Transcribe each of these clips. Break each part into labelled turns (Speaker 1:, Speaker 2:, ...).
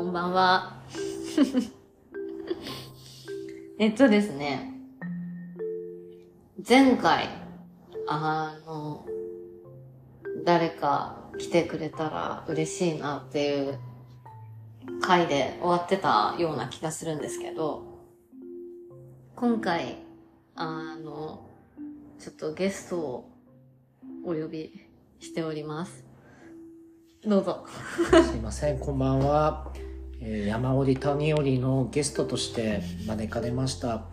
Speaker 1: んは。 えっとですね。前回、あの、誰か来てくれたら嬉しいなっていう回で終わってたような気がするんですけど、今回、あの、ちょっとゲストをお呼びしております。どうぞ。
Speaker 2: すいません、こんばんは。えー山折谷折のゲストとして招かれました。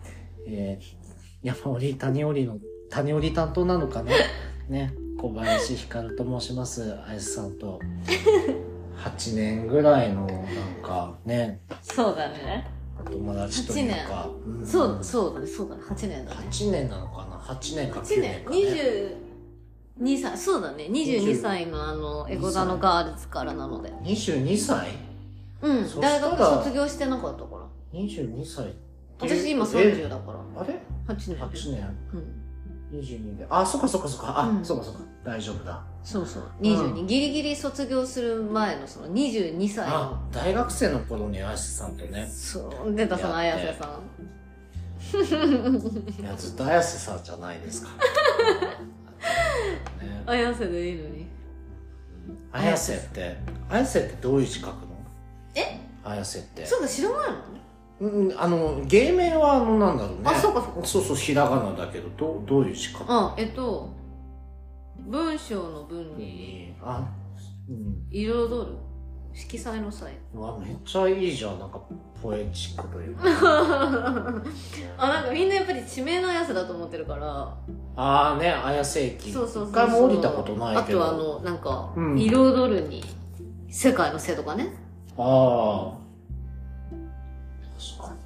Speaker 2: えー山折谷折の、谷折担当なのかな ね、小林光と申します。あやさんと。8年ぐらいの、なんかね、
Speaker 1: そうだね。
Speaker 2: お友達というか。ん
Speaker 1: そう、そうだね、そうだね。8年だね。
Speaker 2: 8年なのかな ?8 年か
Speaker 1: 8
Speaker 2: 9
Speaker 1: 年
Speaker 2: 年か、ね。
Speaker 1: 22歳そうだね22歳のあのエゴダのガールズからなので
Speaker 2: 22歳
Speaker 1: うん
Speaker 2: そし
Speaker 1: 大
Speaker 2: たら
Speaker 1: 学卒業してなかったから
Speaker 2: ?22 歳って
Speaker 1: 私今
Speaker 2: え
Speaker 1: 30だから
Speaker 2: あれ
Speaker 1: 8年
Speaker 2: ?8 年。
Speaker 1: うん
Speaker 2: 22で。あ、そっかそっかそっか。あ、
Speaker 1: うん
Speaker 2: そっかそっか。大丈夫だ。
Speaker 1: そうそう22、ギリギリ卒業する前のその22歳の
Speaker 2: あ、大学生の頃に綾瀬さん とね。
Speaker 1: そう出たその綾瀬さん
Speaker 2: いや、ずっと綾瀬さんじゃないですか。 ね、
Speaker 1: 綾瀬でいいのに
Speaker 2: 綾瀬って、綾瀬ってどういう字書くの
Speaker 1: え
Speaker 2: 綾瀬って。
Speaker 1: そうだ知らないの
Speaker 2: うん、あの、芸名はあの、なんだろうね。
Speaker 1: あそうかそう
Speaker 2: そうそう、ひらがなだけど、どう、どういう字書くの
Speaker 1: かうんえっと文章の文に
Speaker 2: いいあ、うん。
Speaker 1: 彩る色彩の際
Speaker 2: うわ、めっちゃいいじゃん。なんか、ポエチックというか。
Speaker 1: あなんかみんなやっぱり地名のやつだと思ってるから
Speaker 2: あーね、綾瀬駅。
Speaker 1: そうそうそうそう
Speaker 2: 一回も降りたことないけど。
Speaker 1: あとあのなんか「
Speaker 2: うん
Speaker 1: 彩るに」世界のせいとかね
Speaker 2: ああ。確かに。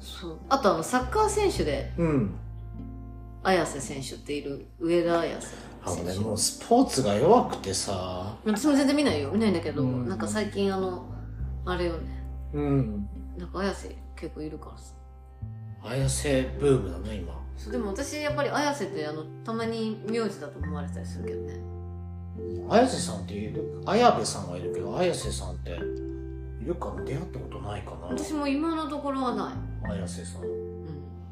Speaker 1: そうあとあのサッカー選手で
Speaker 2: うん。
Speaker 1: 綾瀬選手っている上田綾瀬
Speaker 2: あのね、
Speaker 1: 選
Speaker 2: もうスポーツが弱くてさ。
Speaker 1: 手私も全然見ないよ見ないんだけど、
Speaker 2: うん
Speaker 1: なんか最近あのあれよね
Speaker 2: うん。
Speaker 1: なんか綾瀬結構いるからさ
Speaker 2: 綾瀬ブームだね、今。
Speaker 1: そうでも私やっぱり綾瀬ってあのたまに名字だと思われたりするけどね
Speaker 2: 綾瀬さんっている綾部さんはいるけど、綾瀬さんって、いるかな出会ったことないか
Speaker 1: 私も今のところはない、
Speaker 2: な綾瀬さん。
Speaker 1: うん、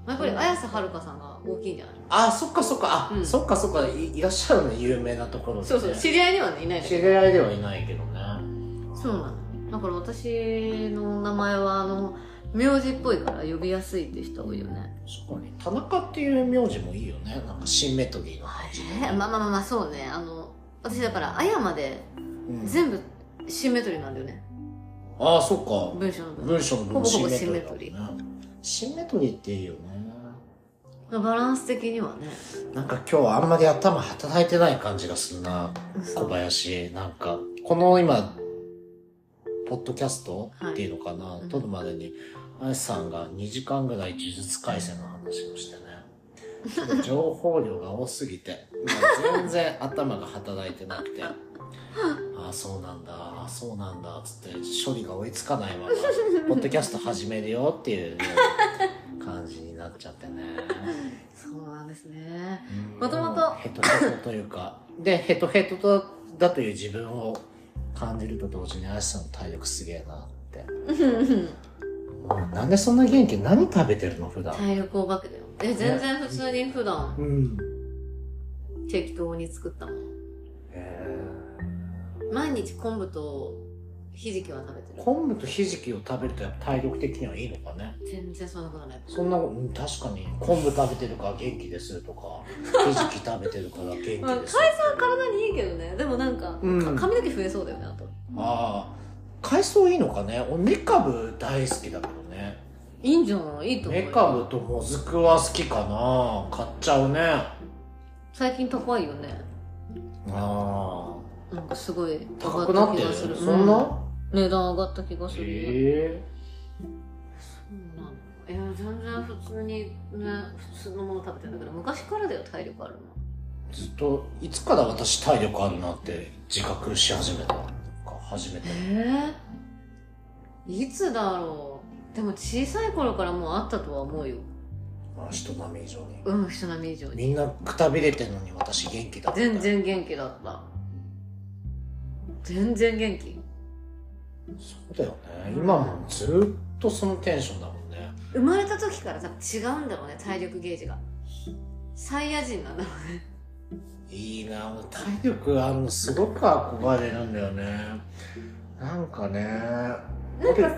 Speaker 1: やっぱり綾瀬はるかさんが大きいんじゃない
Speaker 2: あー、そっかそっか。あ、
Speaker 1: うん
Speaker 2: そっかそっかい。いらっしゃるね、有名なところで、ね。
Speaker 1: そうそう知り合いにはねいないんだけど
Speaker 2: 知り合いではいないけどね。
Speaker 1: そうなのだから私の名前はあの名字っぽいから呼びやすいって人多いよね
Speaker 2: 確かに。田中っていう名字もいいよね。なんかシンメトリーの感じで
Speaker 1: えまあまあまあまあそうねあの私だから「あや」まで
Speaker 2: うん
Speaker 1: 全部シンメトリーなんだよね
Speaker 2: ああ、そっか。
Speaker 1: 文章の文
Speaker 2: 文章の
Speaker 1: ほぼ
Speaker 2: 分
Speaker 1: ほ
Speaker 2: シ
Speaker 1: ぼ
Speaker 2: ンメトリーだもん
Speaker 1: シンメトリ
Speaker 2: ねシンメトリーっていいよね
Speaker 1: バランス的にはね
Speaker 2: なんか今日はあんまり頭働いてない感じがするな
Speaker 1: そ
Speaker 2: 小
Speaker 1: う
Speaker 2: 林なんかこの今ポッドキャストっていうのかな、
Speaker 1: いうん
Speaker 2: 撮るまでにあやさんが2時間ぐらい呪術廻戦の話をしてねちょっと情報量が多すぎて今全然頭が働いてな くてああそうなんだああそうなんだつって処理が追いつかないままポッドキャスト始めるよっていう感じになっちゃってね
Speaker 1: そうなんですね もともと
Speaker 2: うんヘトヘトというかでヘトヘトとだという自分を感じると同時に嵐さんの体力すげえなってうんなんでそんな元気何食べてるの普段
Speaker 1: 体力お化けだよえ全然普通に普段
Speaker 2: うん
Speaker 1: 適当に作ったもん
Speaker 2: え
Speaker 1: 毎日昆布とひじきは食べて
Speaker 2: ー
Speaker 1: る
Speaker 2: 昆布とひじきを食べるとやっぱ体力的にはいいのかね
Speaker 1: 全然そんなことない
Speaker 2: そんなこと、うん、確かに昆布食べてるから元気ですとかひじき食べてるから元気です
Speaker 1: まあ海
Speaker 2: と
Speaker 1: さ
Speaker 2: か
Speaker 1: ん体にいいけどねでもなんか、
Speaker 2: うん
Speaker 1: か髪の毛増えそうだよねあと
Speaker 2: ああ海藻いいのかね俺メカブ大好きだけどね
Speaker 1: いいんじゃないいいと思う
Speaker 2: メ
Speaker 1: よ
Speaker 2: カブともずくは好きかな買っちゃうねあ
Speaker 1: 最近高いよね
Speaker 2: あ
Speaker 1: なんかすごい
Speaker 2: 高くなってるそん
Speaker 1: うん
Speaker 2: な、
Speaker 1: 値段上がった気がする、
Speaker 2: え
Speaker 1: そうなのいや全然普通にね普通のもの食べてるんだけど昔からだよ体力あるの
Speaker 2: えずっといつから私体力あるなって自覚し始めたか初めて
Speaker 1: ええいつだろうでも小さい頃からもうあったとは思うよ
Speaker 2: まあ人並み以上に
Speaker 1: うん人並み以上に
Speaker 2: みんなくたびれてるのに私元気だった
Speaker 1: 全然元気だった全然元気
Speaker 2: そうだよね。今もずっとそのテンションだもんね。
Speaker 1: 生まれた時から多分違うんだろうね、体力ゲージが。サイヤ人なんだろうね。
Speaker 2: いいな、俺体力あるのすごく憧れるんだよね。なんかね。
Speaker 3: なんか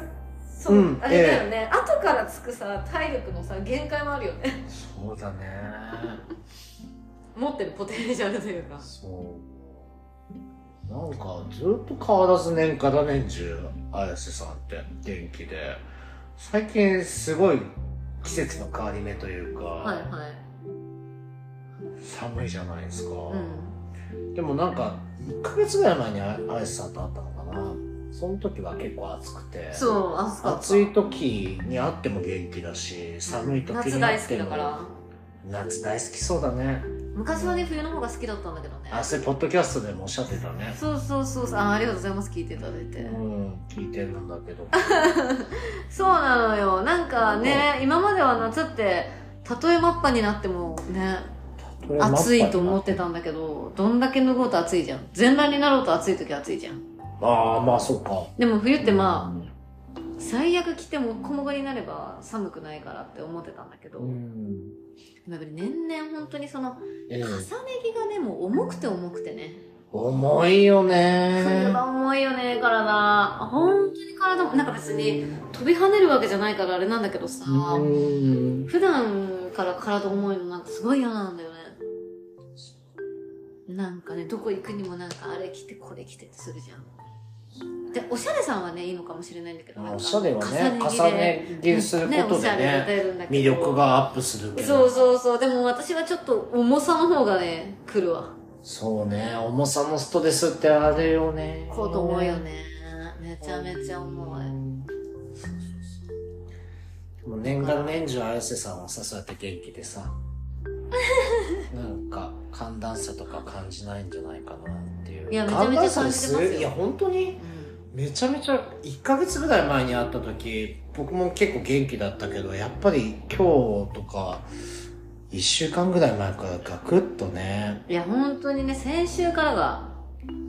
Speaker 3: そう、
Speaker 2: うん
Speaker 3: あれだよね、後からつくさ体力のさ限界もあるよね
Speaker 2: そうだね。
Speaker 1: 持ってるポテンシャルというか。
Speaker 2: そう。なんかずっと変わらず年から年中、綾瀬さんって元気で、最近すごい季節の変わり目というか、
Speaker 1: はいはい。
Speaker 2: 寒いじゃないですか。
Speaker 1: うん。
Speaker 2: でもなんか、1ヶ月ぐらい前にあ綾瀬さんと会ったのかな。その時は結構暑くて。
Speaker 1: そう、暑かった。
Speaker 2: 暑い時にあっても元気だし、寒い時
Speaker 1: 夏
Speaker 2: にあ
Speaker 1: 大
Speaker 2: っ
Speaker 1: 好
Speaker 2: て
Speaker 1: きだ
Speaker 2: も。
Speaker 1: から。
Speaker 2: 夏大好きそうだね。
Speaker 1: 昔はね、冬の方が好きだったんだけどね。
Speaker 2: あ、それポッドキャストでもおっしゃってたね。
Speaker 1: そうそうそうそう。あありがとうございます。聞いていただいて。
Speaker 2: うん、聞いてるんだけど。
Speaker 1: そうなのよ。なんかね、今までは夏って、たとえマッパになってもね、暑いと思ってたんだけど、どんだけ脱ごうと暑いじゃん。全裸になろうと暑い時は暑いじゃん。
Speaker 2: ああ、まあそうか。
Speaker 1: でも冬ってまあ、最悪着てもこもがになれば寒くないからって思ってたんだけど、
Speaker 2: うん。
Speaker 1: やっぱり年々本当にその、
Speaker 2: ええ
Speaker 1: 重ね着がね、もう重くて重くてね。
Speaker 2: 重いよ
Speaker 1: 冬
Speaker 2: ね。
Speaker 1: は重いよね、体。本当に体も、なんか別に飛び跳ねるわけじゃないからあれなんだけどさ、
Speaker 2: うん。
Speaker 1: 普段から体重いのなんかすごい嫌なんだよね。なんかね、どこ行くにもなんかあれ着てこれ着てってするじゃん。で、おしゃれさんはね、いいのかもしれないんだけど。なん
Speaker 2: お
Speaker 1: か
Speaker 2: しゃれはね、重ね着することで
Speaker 1: ねおしゃれが
Speaker 2: ね、
Speaker 1: 出るんだけど
Speaker 2: 魅力がアップするけど。
Speaker 1: そうそうそう。でも私はちょっと重さの方がね、来るわ。
Speaker 2: そうね、重さのストレスってあるよね。
Speaker 1: こうと思うよ。ね。めちゃめちゃ重い。
Speaker 2: でも年がら年中綾瀬さんはさそうやって元気でさ なんか寒暖差とか感じないんじゃないかなっていう
Speaker 1: い
Speaker 2: い
Speaker 1: やめちゃめちゃ感じてますよ
Speaker 2: いや本当
Speaker 1: う
Speaker 2: に
Speaker 1: ん
Speaker 2: めちゃめちゃ1ヶ月ぐらい前に会った時僕も結構元気だったけどやっぱり今日とか1週間ぐらい前からガクッとね
Speaker 1: いや、本当にね、先週からが、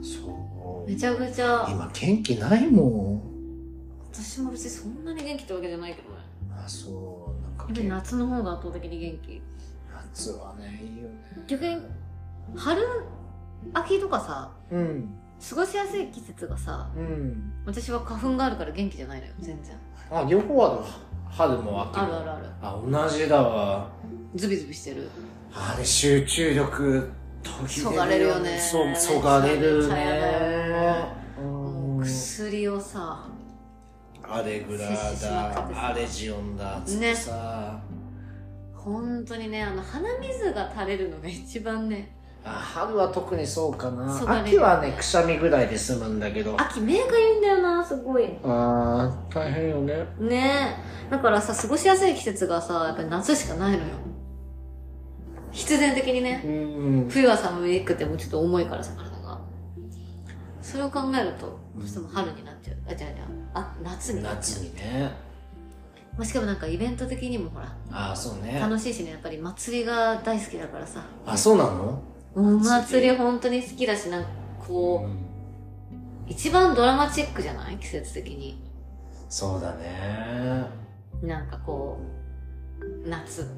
Speaker 2: そう
Speaker 1: めちゃくちゃ、
Speaker 2: 今元気ないもん
Speaker 1: 私も別にそんなに元気ってわけじゃないけどね。
Speaker 2: あそうなんか
Speaker 1: やっぱり夏の方が圧倒的に元気。
Speaker 2: 夏はねいいよね
Speaker 1: 逆に、春、秋とかさ、
Speaker 2: うん
Speaker 1: 過ごしやすい季節がさ、
Speaker 2: うん
Speaker 1: 私は花粉があるから元気じゃないのよ、全然。
Speaker 2: あ両方あるわ春も秋も
Speaker 1: あるあるある。
Speaker 2: あ同じだわ
Speaker 1: ズビズビしてる。
Speaker 2: あれ集中力途切
Speaker 1: そがれるよね
Speaker 2: そうそがれる
Speaker 1: めっちゃ嫌
Speaker 2: ね
Speaker 1: も
Speaker 2: う
Speaker 1: うん薬をさ、
Speaker 2: アレグラ
Speaker 1: 摂取しまくって
Speaker 2: だ
Speaker 1: さ
Speaker 2: アレジオンだつってさ、
Speaker 1: 本当にね、あの、鼻水が垂れるのが一番ね、
Speaker 2: あ春は特にそうかな
Speaker 1: そがれる
Speaker 2: 秋はねくしゃみぐらいで済むんだけどあ
Speaker 1: 秋目がいいんだよな、すごい。
Speaker 2: あー大変よね
Speaker 1: ねえだからさ過ごしやすい季節がさやっぱり夏しかないのよ必然的にね
Speaker 2: うん
Speaker 1: 冬は寒くてもちょっと重いからさ体がそれを考えるとどうしても春になっちゃうあじゃあじゃああ夏になっ
Speaker 2: 夏
Speaker 1: ちゃう、
Speaker 2: にね
Speaker 1: まあ、しかもなんかイベント的にもほら
Speaker 2: ああそうね
Speaker 1: 楽しいしねやっぱり祭りが大好きだからさ
Speaker 2: あそうなの
Speaker 1: お祭り本当に好きだしなんかこ
Speaker 2: ん
Speaker 1: う一番ドラマチックじゃない季節的に
Speaker 2: そうだね
Speaker 1: なんかこう夏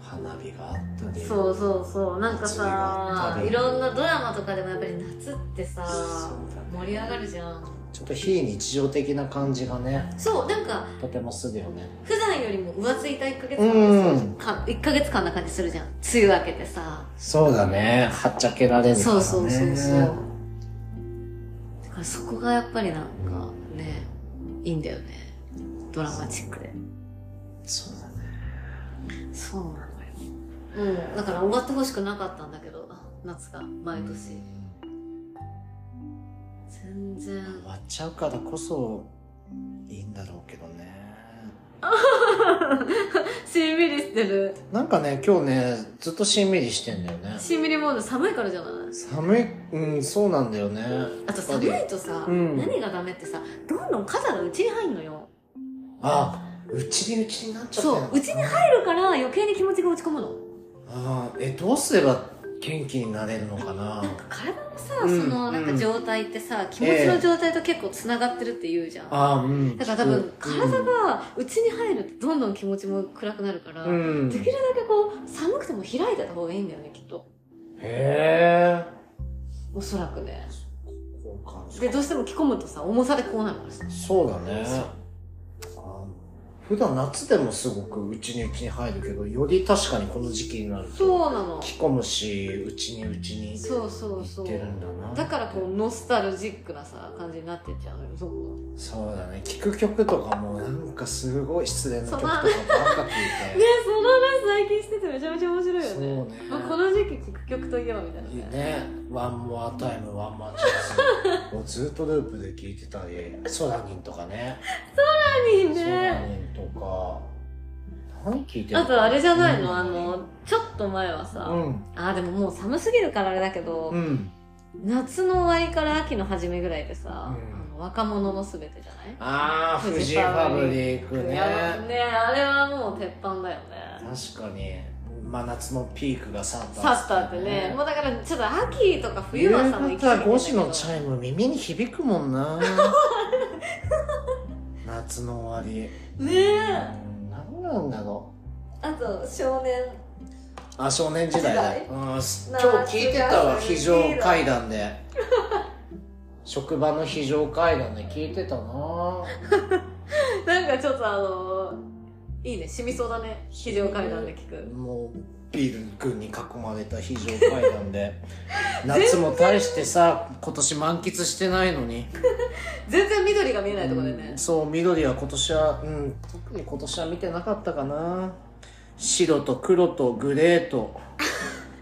Speaker 2: 花火があったりう
Speaker 1: そうそうそうなんかさ
Speaker 2: 祭りがあったり
Speaker 1: いろんなドラマとかでもやっぱり夏ってさ
Speaker 2: そうだね
Speaker 1: 盛り上がるじゃん
Speaker 2: ちょっと非日常的な感じがね
Speaker 1: そうなんか
Speaker 2: とてもするよね
Speaker 1: 普段よりも浮ついた1ヶ月
Speaker 2: うん
Speaker 1: 間か1ヶ月間な感じするじゃん梅雨明けてさ
Speaker 2: そうだねはっちゃけられるから
Speaker 1: そ
Speaker 2: ね
Speaker 1: うそうそうそうだからそこがやっぱりなんかねいいんだよねドラマチックで
Speaker 2: そうだね
Speaker 1: そうなのようんだから終わってほしくなかったんだけど夏が毎年全 然
Speaker 2: 終わっちゃうからこそいいんだろうけどね
Speaker 1: しんみりしてる
Speaker 2: なんかね今日ねずっとしんみりしてんだよね
Speaker 1: しんみりモード寒いからじゃない
Speaker 2: 寒いうんそうなんだよね
Speaker 1: あと
Speaker 2: やっぱ
Speaker 1: 寒
Speaker 2: り
Speaker 1: いとさ、
Speaker 2: うん
Speaker 1: 何がダメってさどんどん肩が内に入んのよ
Speaker 2: あうちにうちになっちゃった
Speaker 1: そううちに入るから余計に気持ちが落ち込むの
Speaker 2: ああえどうすれば元気になれるのかな
Speaker 1: 体のさ、
Speaker 2: うん
Speaker 1: そのなん
Speaker 2: う
Speaker 1: か
Speaker 2: ん
Speaker 1: 状態ってさ、気持ちの状態と結構つながってるって言うじゃん。
Speaker 2: あーうん
Speaker 1: だから多分体
Speaker 2: うん
Speaker 1: が内に入るとどんどん気持ちも暗くなるから、
Speaker 2: うん
Speaker 1: できるだけこう寒くても開いてた方がいいんだよねきっと
Speaker 2: へえ
Speaker 1: おそらくね
Speaker 2: こう感じ
Speaker 1: でどうしても着込むとさ重さでこうなるからさ
Speaker 2: そうだねあの普段夏でもすごくうちにうちに入るけどより確かにこの時期になると
Speaker 1: そうなの
Speaker 2: 着込むしうちにうちに
Speaker 1: そうそう
Speaker 2: 行
Speaker 1: そ
Speaker 2: っ
Speaker 1: う
Speaker 2: てるんだな
Speaker 1: だからこうノスタルジックなさ感じになってっちゃうのよそこ
Speaker 2: そうだね聴く曲とかもなんかすごい失恋の曲とかばっか聴いて
Speaker 1: ねその話最近しててめちゃめちゃ面白いよ
Speaker 2: そう
Speaker 1: ね
Speaker 2: ね
Speaker 1: もうこの時期聴く曲といえばみたいない
Speaker 2: い
Speaker 1: ね
Speaker 2: ね「ワンモアタイムワンマン チャンス」をずっとループで聴いてたり「ソラニン」とかね
Speaker 1: いい
Speaker 2: ソラ
Speaker 1: ね
Speaker 2: ニン」とか何聴いてる
Speaker 1: あとあれじゃないの、
Speaker 2: うん
Speaker 1: あのちょっと前はさ、
Speaker 2: うん
Speaker 1: あーでももう寒すぎるからあれだけど、
Speaker 2: うん
Speaker 1: 夏の終わりから秋の初めぐらいでさ、
Speaker 2: うん
Speaker 1: あの若者のすべてじゃない
Speaker 2: ああフジファブリック
Speaker 1: い
Speaker 2: ね
Speaker 1: やねあれはもう鉄板だよね
Speaker 2: 確かに真夏のピークが去った
Speaker 1: サッターってねもうだからちょっと秋とか冬はさもう
Speaker 2: 夕
Speaker 1: 行き過ぎてん
Speaker 2: 方
Speaker 1: だけど
Speaker 2: 5時のチャイム耳に響くも んな夏の終わり
Speaker 1: ねえ
Speaker 2: うん何なんだろ
Speaker 3: あと少年
Speaker 2: うあ少年時代だ
Speaker 3: 時代
Speaker 2: うんす今
Speaker 3: な
Speaker 2: 日聞いてたわ
Speaker 3: 夏が
Speaker 2: 非常階段で 職場の非常階段で聞いてたな
Speaker 1: なんかちょっとあのいいね染みそうだね非常階段で聞く
Speaker 2: もうビール君に囲まれた非常階段で 夏も大してさ今年満喫してないのに
Speaker 1: 全然緑が見えないところでね
Speaker 2: うん、そう緑は今年はうん特に今年は見てなかったかな白と黒とグレ ーと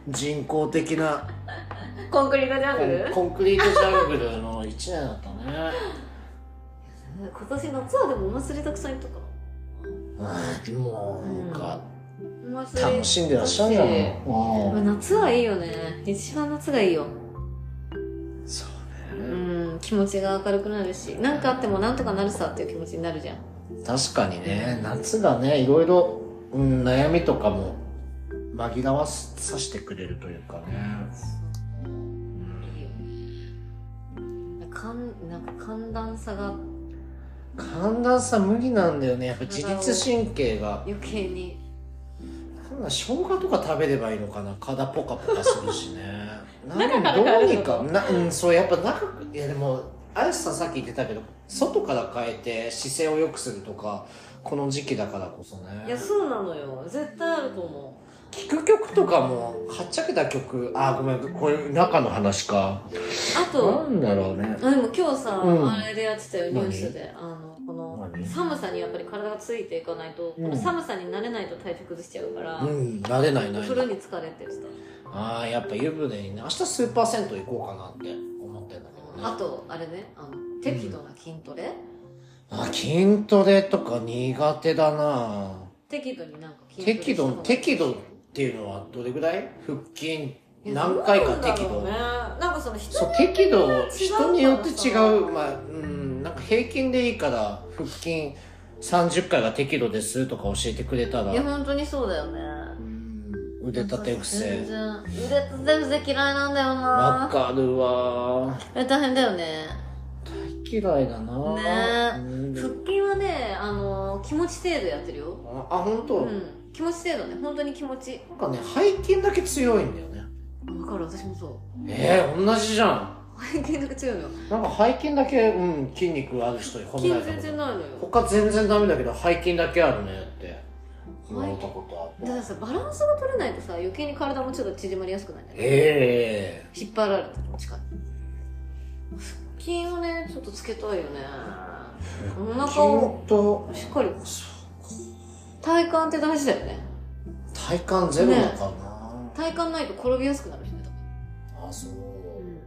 Speaker 2: 人工的な
Speaker 1: コンクリートジャン
Speaker 2: コ
Speaker 1: グル
Speaker 2: ンコンクリートジャングルの1年だったね
Speaker 1: 今年夏はでもお祭りたくさん行ったか
Speaker 2: うんもうなんか
Speaker 1: らお祭り
Speaker 2: 楽しんでらっしゃるんだもん、うん
Speaker 1: 夏はいいよね一番夏がいいよ
Speaker 2: そうね
Speaker 1: うん気持ちが明るくなるし何かあってもなんとかなるさっていう気持ちになるじゃん
Speaker 2: 確かにね夏がねいろいろ、うん、悩みとかも紛らわさせてくれるというかね、うん
Speaker 1: いいよねかんなんか寒暖差が
Speaker 2: 寒暖差無理なんだよねやっぱ自律神経が
Speaker 1: 余計に
Speaker 2: そんな生姜とか食べればいいのかな体ポカポカするしね
Speaker 1: 中
Speaker 2: な
Speaker 1: か
Speaker 2: ん
Speaker 1: ら
Speaker 2: ど
Speaker 1: 帰る
Speaker 2: うに
Speaker 1: の
Speaker 2: かな、うん、そうやっぱ中いやでもアイスさんさっき言ってたけど外から変えて姿勢を良くするとかこの時期だからこそね
Speaker 1: いやそうなのよ絶対あると思
Speaker 2: 聴く曲とかもはっちゃけた曲あーごめんこれ中の話か
Speaker 1: うあ
Speaker 2: な
Speaker 1: と
Speaker 2: んだろうね
Speaker 1: あでも今日さ、
Speaker 2: うん
Speaker 1: あれでやってたよニュースであのこの
Speaker 2: 何
Speaker 1: 寒さにやっぱり体がついていかないと、
Speaker 2: うん
Speaker 1: この寒さに慣れないと体調崩しちゃうから、
Speaker 2: うん慣れない
Speaker 1: お
Speaker 2: な
Speaker 1: 風呂に疲れてるさ
Speaker 2: ああやっぱ湯船にね明日スーパー銭湯行こうかなって思ってんだけどね
Speaker 1: あとあれねあの適度な筋トレ、
Speaker 2: あ筋トレとか苦手だな
Speaker 1: 適度になんか筋トレ
Speaker 2: 適度適度っていうのはどれぐらい腹筋何回か適度、
Speaker 1: ね、なんかその人
Speaker 2: そう適度人によって違うまあうんなんか平均でいいから腹筋30回が適度ですとか教えてくれたら
Speaker 1: いや本当にそうだよね
Speaker 2: うん腕立て伏せ
Speaker 1: 全然腕立て伏せ嫌いなんだよ
Speaker 2: わ
Speaker 1: な
Speaker 2: かるわ
Speaker 1: あれ大変だよね
Speaker 2: 嫌いだな
Speaker 1: ね
Speaker 2: うん
Speaker 1: 腹筋はねあの気持ち程度やってるよ
Speaker 2: ああ本当、
Speaker 1: うん気持ち程度ね本当に気持ち
Speaker 2: なんかね背筋だけ強いんだよね
Speaker 1: わかる私もそう
Speaker 2: えー、同じじゃん
Speaker 1: 背筋だけ強いのよ
Speaker 2: なんか背筋だけ、うん、筋肉ある人に褒め
Speaker 1: 筋
Speaker 2: られた
Speaker 1: 全
Speaker 2: こ
Speaker 1: 然
Speaker 2: と
Speaker 1: ないのよ
Speaker 2: 他全然ダメだけど背筋だけあるねって言われたことあ
Speaker 1: だか
Speaker 2: る
Speaker 1: らさバランスが取れないとさ余計に体もちょっと縮まりやすくなるんだよね
Speaker 2: え
Speaker 1: 引っ張られてるの近い腹筋をねちょっとつけたいよねお
Speaker 2: え
Speaker 1: 腹を
Speaker 2: 筋と
Speaker 1: しっかり
Speaker 2: そう
Speaker 1: 体幹って大事だよね
Speaker 2: か体幹ゼロだからな、
Speaker 1: 体幹ないと転びやすくなるしね
Speaker 2: あそう
Speaker 1: 多分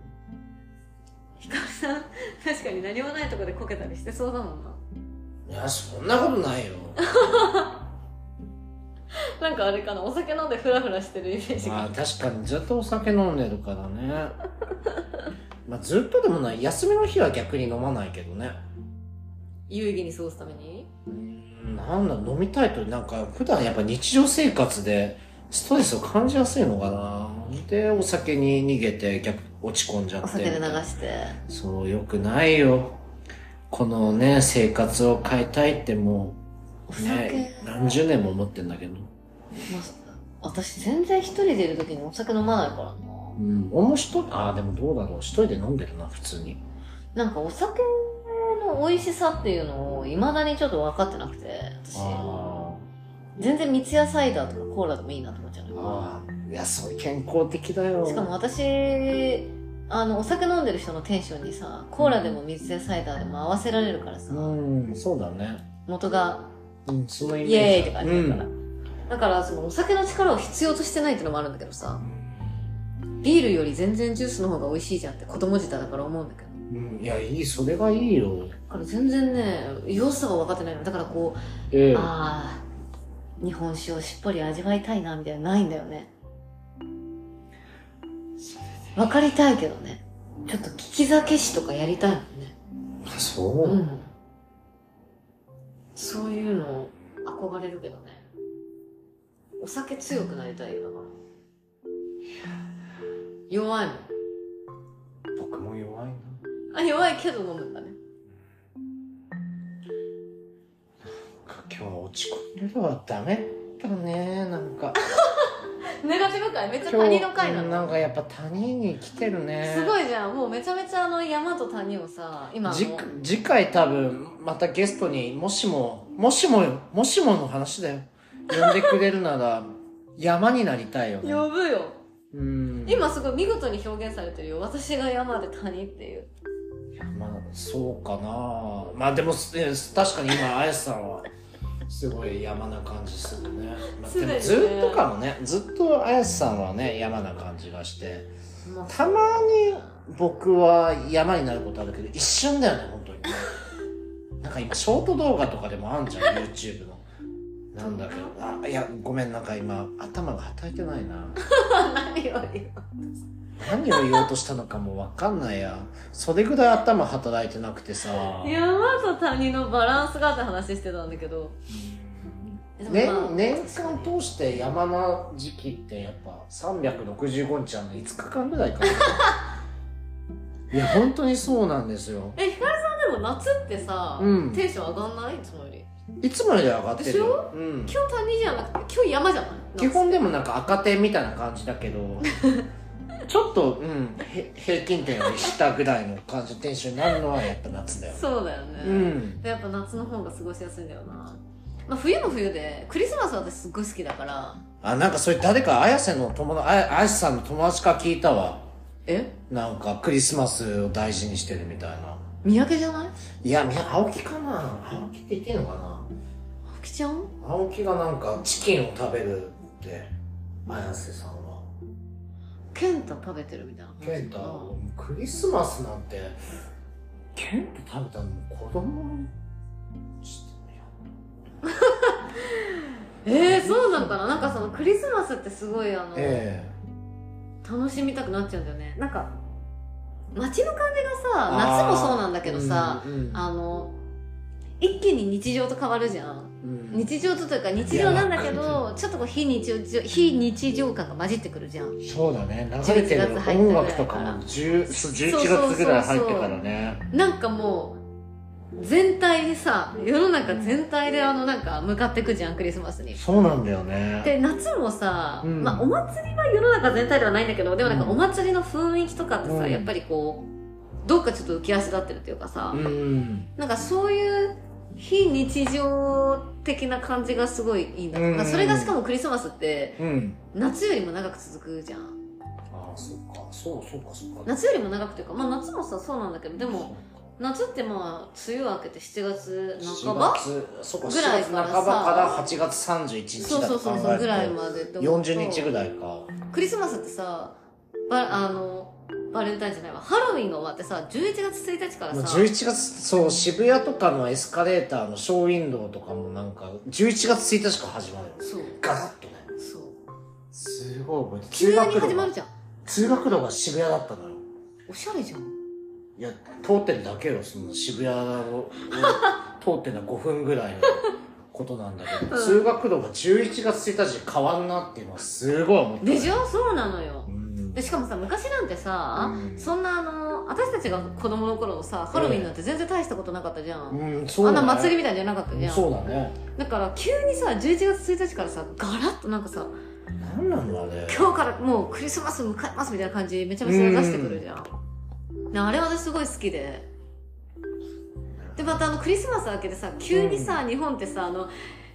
Speaker 1: ひかるさん確かに何もないとこでこけたりしてそうだもんない
Speaker 2: やそんなことないよ
Speaker 1: なんかあれかなお酒飲んでフラフラしてるイメージが、
Speaker 2: まあ確かにずっとお酒飲んでるからねまあずっとでもない休みの日は逆に飲まないけどね
Speaker 1: 有意義に過ごすために
Speaker 2: うんなんだ飲みたいとなんか普段やっぱ日常生活でストレスを感じやすいのかなで、お酒に逃げて逆落ち込んじゃって。
Speaker 1: お酒で流して。
Speaker 2: そう、よくないよ。このね、生活を変えたいっても
Speaker 1: お
Speaker 2: う、
Speaker 1: 酒、
Speaker 2: ね、何十年も思ってんだけど。
Speaker 1: まあ私全然一人でいる時にお酒飲まないからな。
Speaker 2: うん、面白い。ああ、でもどうだろう。一人で飲んでるな、普通に。
Speaker 1: なんかお酒の美味しさっていうのを未だにちょっと分かってなくて、私。
Speaker 2: あ
Speaker 1: 全然三ツ矢サイダーとかコーラでもいいなと思っちゃう
Speaker 2: ー
Speaker 1: の
Speaker 2: あー、いや、そういう健康的だよ。
Speaker 1: しかも私、あの、お酒飲んでる人のテンションにさ、コーラでも水でサイダーでも合わせられるからさ、
Speaker 2: うん、そうだね。
Speaker 1: 元が
Speaker 2: うん、そのイメージ。
Speaker 1: イエーイって感じだから。
Speaker 2: うん
Speaker 1: だから、そのお酒の力を必要としてないってのもあるんだけどさ、ビールより全然ジュースの方が美味しいじゃんって子供舌だから思うんだけど。
Speaker 2: うん、いや、いい、それがいいよ。
Speaker 1: だから全然ね、良さが分かってないの。だからこう、
Speaker 2: ええ
Speaker 1: ああ日本酒をしっぽり味わいたいなみたいなのないんだよね分かりたいけどねちょっと聞き酒師とかやりたいもんね
Speaker 2: そう、
Speaker 1: うんそういうの憧れるけどねお酒強くなりたいよだから弱いもん
Speaker 2: 僕も弱いな。
Speaker 1: あ弱いけど飲むんだね
Speaker 2: なんか今日落ち込んでるはダメだね、なん か。
Speaker 1: ネガティブ界めっちゃ
Speaker 2: 今
Speaker 1: 他
Speaker 2: 日
Speaker 1: 人の回な
Speaker 2: うん
Speaker 1: の
Speaker 2: なんかやっぱ谷に来てるね。
Speaker 1: すごいじゃんもうめちゃめちゃあの山と谷をさ今もう
Speaker 2: じ次回多分またゲストにもしももしもよもしもの話だよ呼んでくれるなら山になりたいよね
Speaker 1: 呼ぶよ
Speaker 2: うん
Speaker 1: 今すごい見事に表現されてるよ私が山で谷っていう
Speaker 2: まあそうかなまあでもすえ確かに今綾瀬さんはすごい山な感じするね、まあ、
Speaker 1: すで
Speaker 2: で
Speaker 1: にね
Speaker 2: もずっとかもねずっと綾瀬さんはね山な感じがして
Speaker 1: も
Speaker 2: たまに僕は山になることあるけど一瞬だよね本当にねなんか今ショート動画とかでもあんじゃん YouTube のなんだけどあいやごめんなんか今頭が働いてないな
Speaker 1: う何より
Speaker 2: 何を言おうとしたのかもわかんないやそれぐらい頭働いてなくてさ
Speaker 1: 山と谷のバランスがって話してたんだけどでもまあ
Speaker 2: 年年間通して山の時期ってやっぱ365日あるの5日間ぐらいか ないや本当にそうなんですよ
Speaker 1: えひかるさんでも夏ってさ、
Speaker 2: うん
Speaker 1: テンション上がんないいつもより
Speaker 2: いつもより上がってる
Speaker 1: でし
Speaker 2: よ、うん、
Speaker 1: 今日谷じゃなくて今日山じゃない
Speaker 2: 基本でもなんか赤点みたいな感じだけ どちょっと、うん、へ平均点より下ぐらいの感じのテンションになるのはやっぱ夏だよ、
Speaker 1: そうだよね、
Speaker 2: うん
Speaker 1: でやっぱ夏の方が過ごしやすいんだよな、まあ、冬も冬でクリスマスは私すっごい好きだから
Speaker 2: あなんかそれ誰か綾瀬の友達あ綾瀬さんの友達から聞いたわ
Speaker 1: え
Speaker 2: なんかクリスマスを大事にしてるみたいな
Speaker 1: 三宅じゃない
Speaker 2: いや、み青木かな青木って言ってんのか
Speaker 1: 青木ちゃん
Speaker 2: な青木がなんかチキンを食べるって、綾瀬さんは。
Speaker 1: 健太食べてるみたいな
Speaker 2: ケンタ、クリスマスなんて、ケンタ食べたの子供に
Speaker 1: えー、そうなんかななんかそのクリスマスってすごいあの、
Speaker 2: え
Speaker 1: 楽しみたくなっちゃうんだよねなんか街の感じが
Speaker 2: あ
Speaker 1: さ
Speaker 2: ー
Speaker 1: 夏もそうなんだ
Speaker 2: え
Speaker 1: けどさ、、
Speaker 2: うんうん
Speaker 1: あの一気に日常と変わるじゃん
Speaker 2: うん
Speaker 1: 日常とというか日常なんだけ
Speaker 2: いやわ
Speaker 1: どちょっとこう非日常非日常感が混じってくるじゃん
Speaker 2: そうだね、流れてる
Speaker 1: 11月入って
Speaker 2: 音
Speaker 1: ぐらい
Speaker 2: 楽とか
Speaker 1: から
Speaker 2: も10そ
Speaker 1: そうそ
Speaker 2: う
Speaker 1: うそう
Speaker 2: 11月ぐらい入ってからね。
Speaker 1: なんかもう全体でさ世の中全体であのなんか向かってくじゃんクリスマスに
Speaker 2: そうなんだよね。
Speaker 1: で夏もさ、
Speaker 2: うん
Speaker 1: まあ、お祭りは世の中全体ではないんだけどでもなんか
Speaker 2: うん
Speaker 1: お祭りの雰囲気とかってさ、
Speaker 2: うん
Speaker 1: やっぱりこうどっかちょっと浮き足立ってるっていうかさ、
Speaker 2: うん。
Speaker 1: なんかそういう非日常的な感じがすごいいいんだ、
Speaker 2: うん
Speaker 1: なんかそれがしかもクリスマスって
Speaker 2: うん。
Speaker 1: 夏よりも長く続くじゃん
Speaker 2: ああ、そっか。そう、そうか、そうか。
Speaker 1: 夏よりも長くというか、まあ、夏もさそうなんだけどで
Speaker 2: そっ
Speaker 1: も
Speaker 2: か
Speaker 1: 夏ってまあ梅雨明けて7月半
Speaker 2: 4
Speaker 1: ば
Speaker 2: 月そこ
Speaker 1: ぐらいか
Speaker 2: 4月
Speaker 1: らさ
Speaker 2: 半ばから8月31
Speaker 1: そ
Speaker 2: 日
Speaker 1: うそ
Speaker 2: だと
Speaker 1: う
Speaker 2: 考
Speaker 1: そう
Speaker 2: え
Speaker 1: そう
Speaker 2: ると
Speaker 1: ぐらいまでって思うと
Speaker 2: 40日ぐらいか
Speaker 1: クリスマスってさバあのバレンタインじゃないわハロウィンが終わってさ11月1日から
Speaker 2: もう
Speaker 1: さ
Speaker 2: 11月そう渋谷とかのエスカレーターのショーウィンドウとかもなんか11月1日から始まる
Speaker 1: そう
Speaker 2: ガラッとね
Speaker 1: そう
Speaker 2: すごい覚えて
Speaker 1: 急に始ま
Speaker 2: 通学
Speaker 1: る
Speaker 2: 路が
Speaker 1: じゃん
Speaker 2: 通学路が渋谷だったのよ
Speaker 1: おしゃれじゃん
Speaker 2: いや通ってるだけよその渋谷を通ってるのは5分ぐらいのことなんだけ ど、
Speaker 1: うん
Speaker 2: 通学路が11月1日に変わんなっていうのはすごい思って
Speaker 1: でしょそうなのよ
Speaker 2: うん
Speaker 1: でしかもさ昔なんてさ、
Speaker 2: うん
Speaker 1: そんなあの私たちが子供の頃のさハロウィンなんて全然大したことなかったじゃん、
Speaker 2: うん、そう
Speaker 1: あ
Speaker 2: だ
Speaker 1: ん
Speaker 2: ね
Speaker 1: な祭りみたいじゃなかったじゃん
Speaker 2: そうだね
Speaker 1: だから急にさ11月1日からさガラッとなんかさ
Speaker 2: 何なんだろうね
Speaker 1: 今日からもうクリスマス迎えますみたいな感じめちゃめちゃ出してくるじゃん、なあれ私すごい好きででまたあのクリスマス明けてさ急にさ、日本ってさあの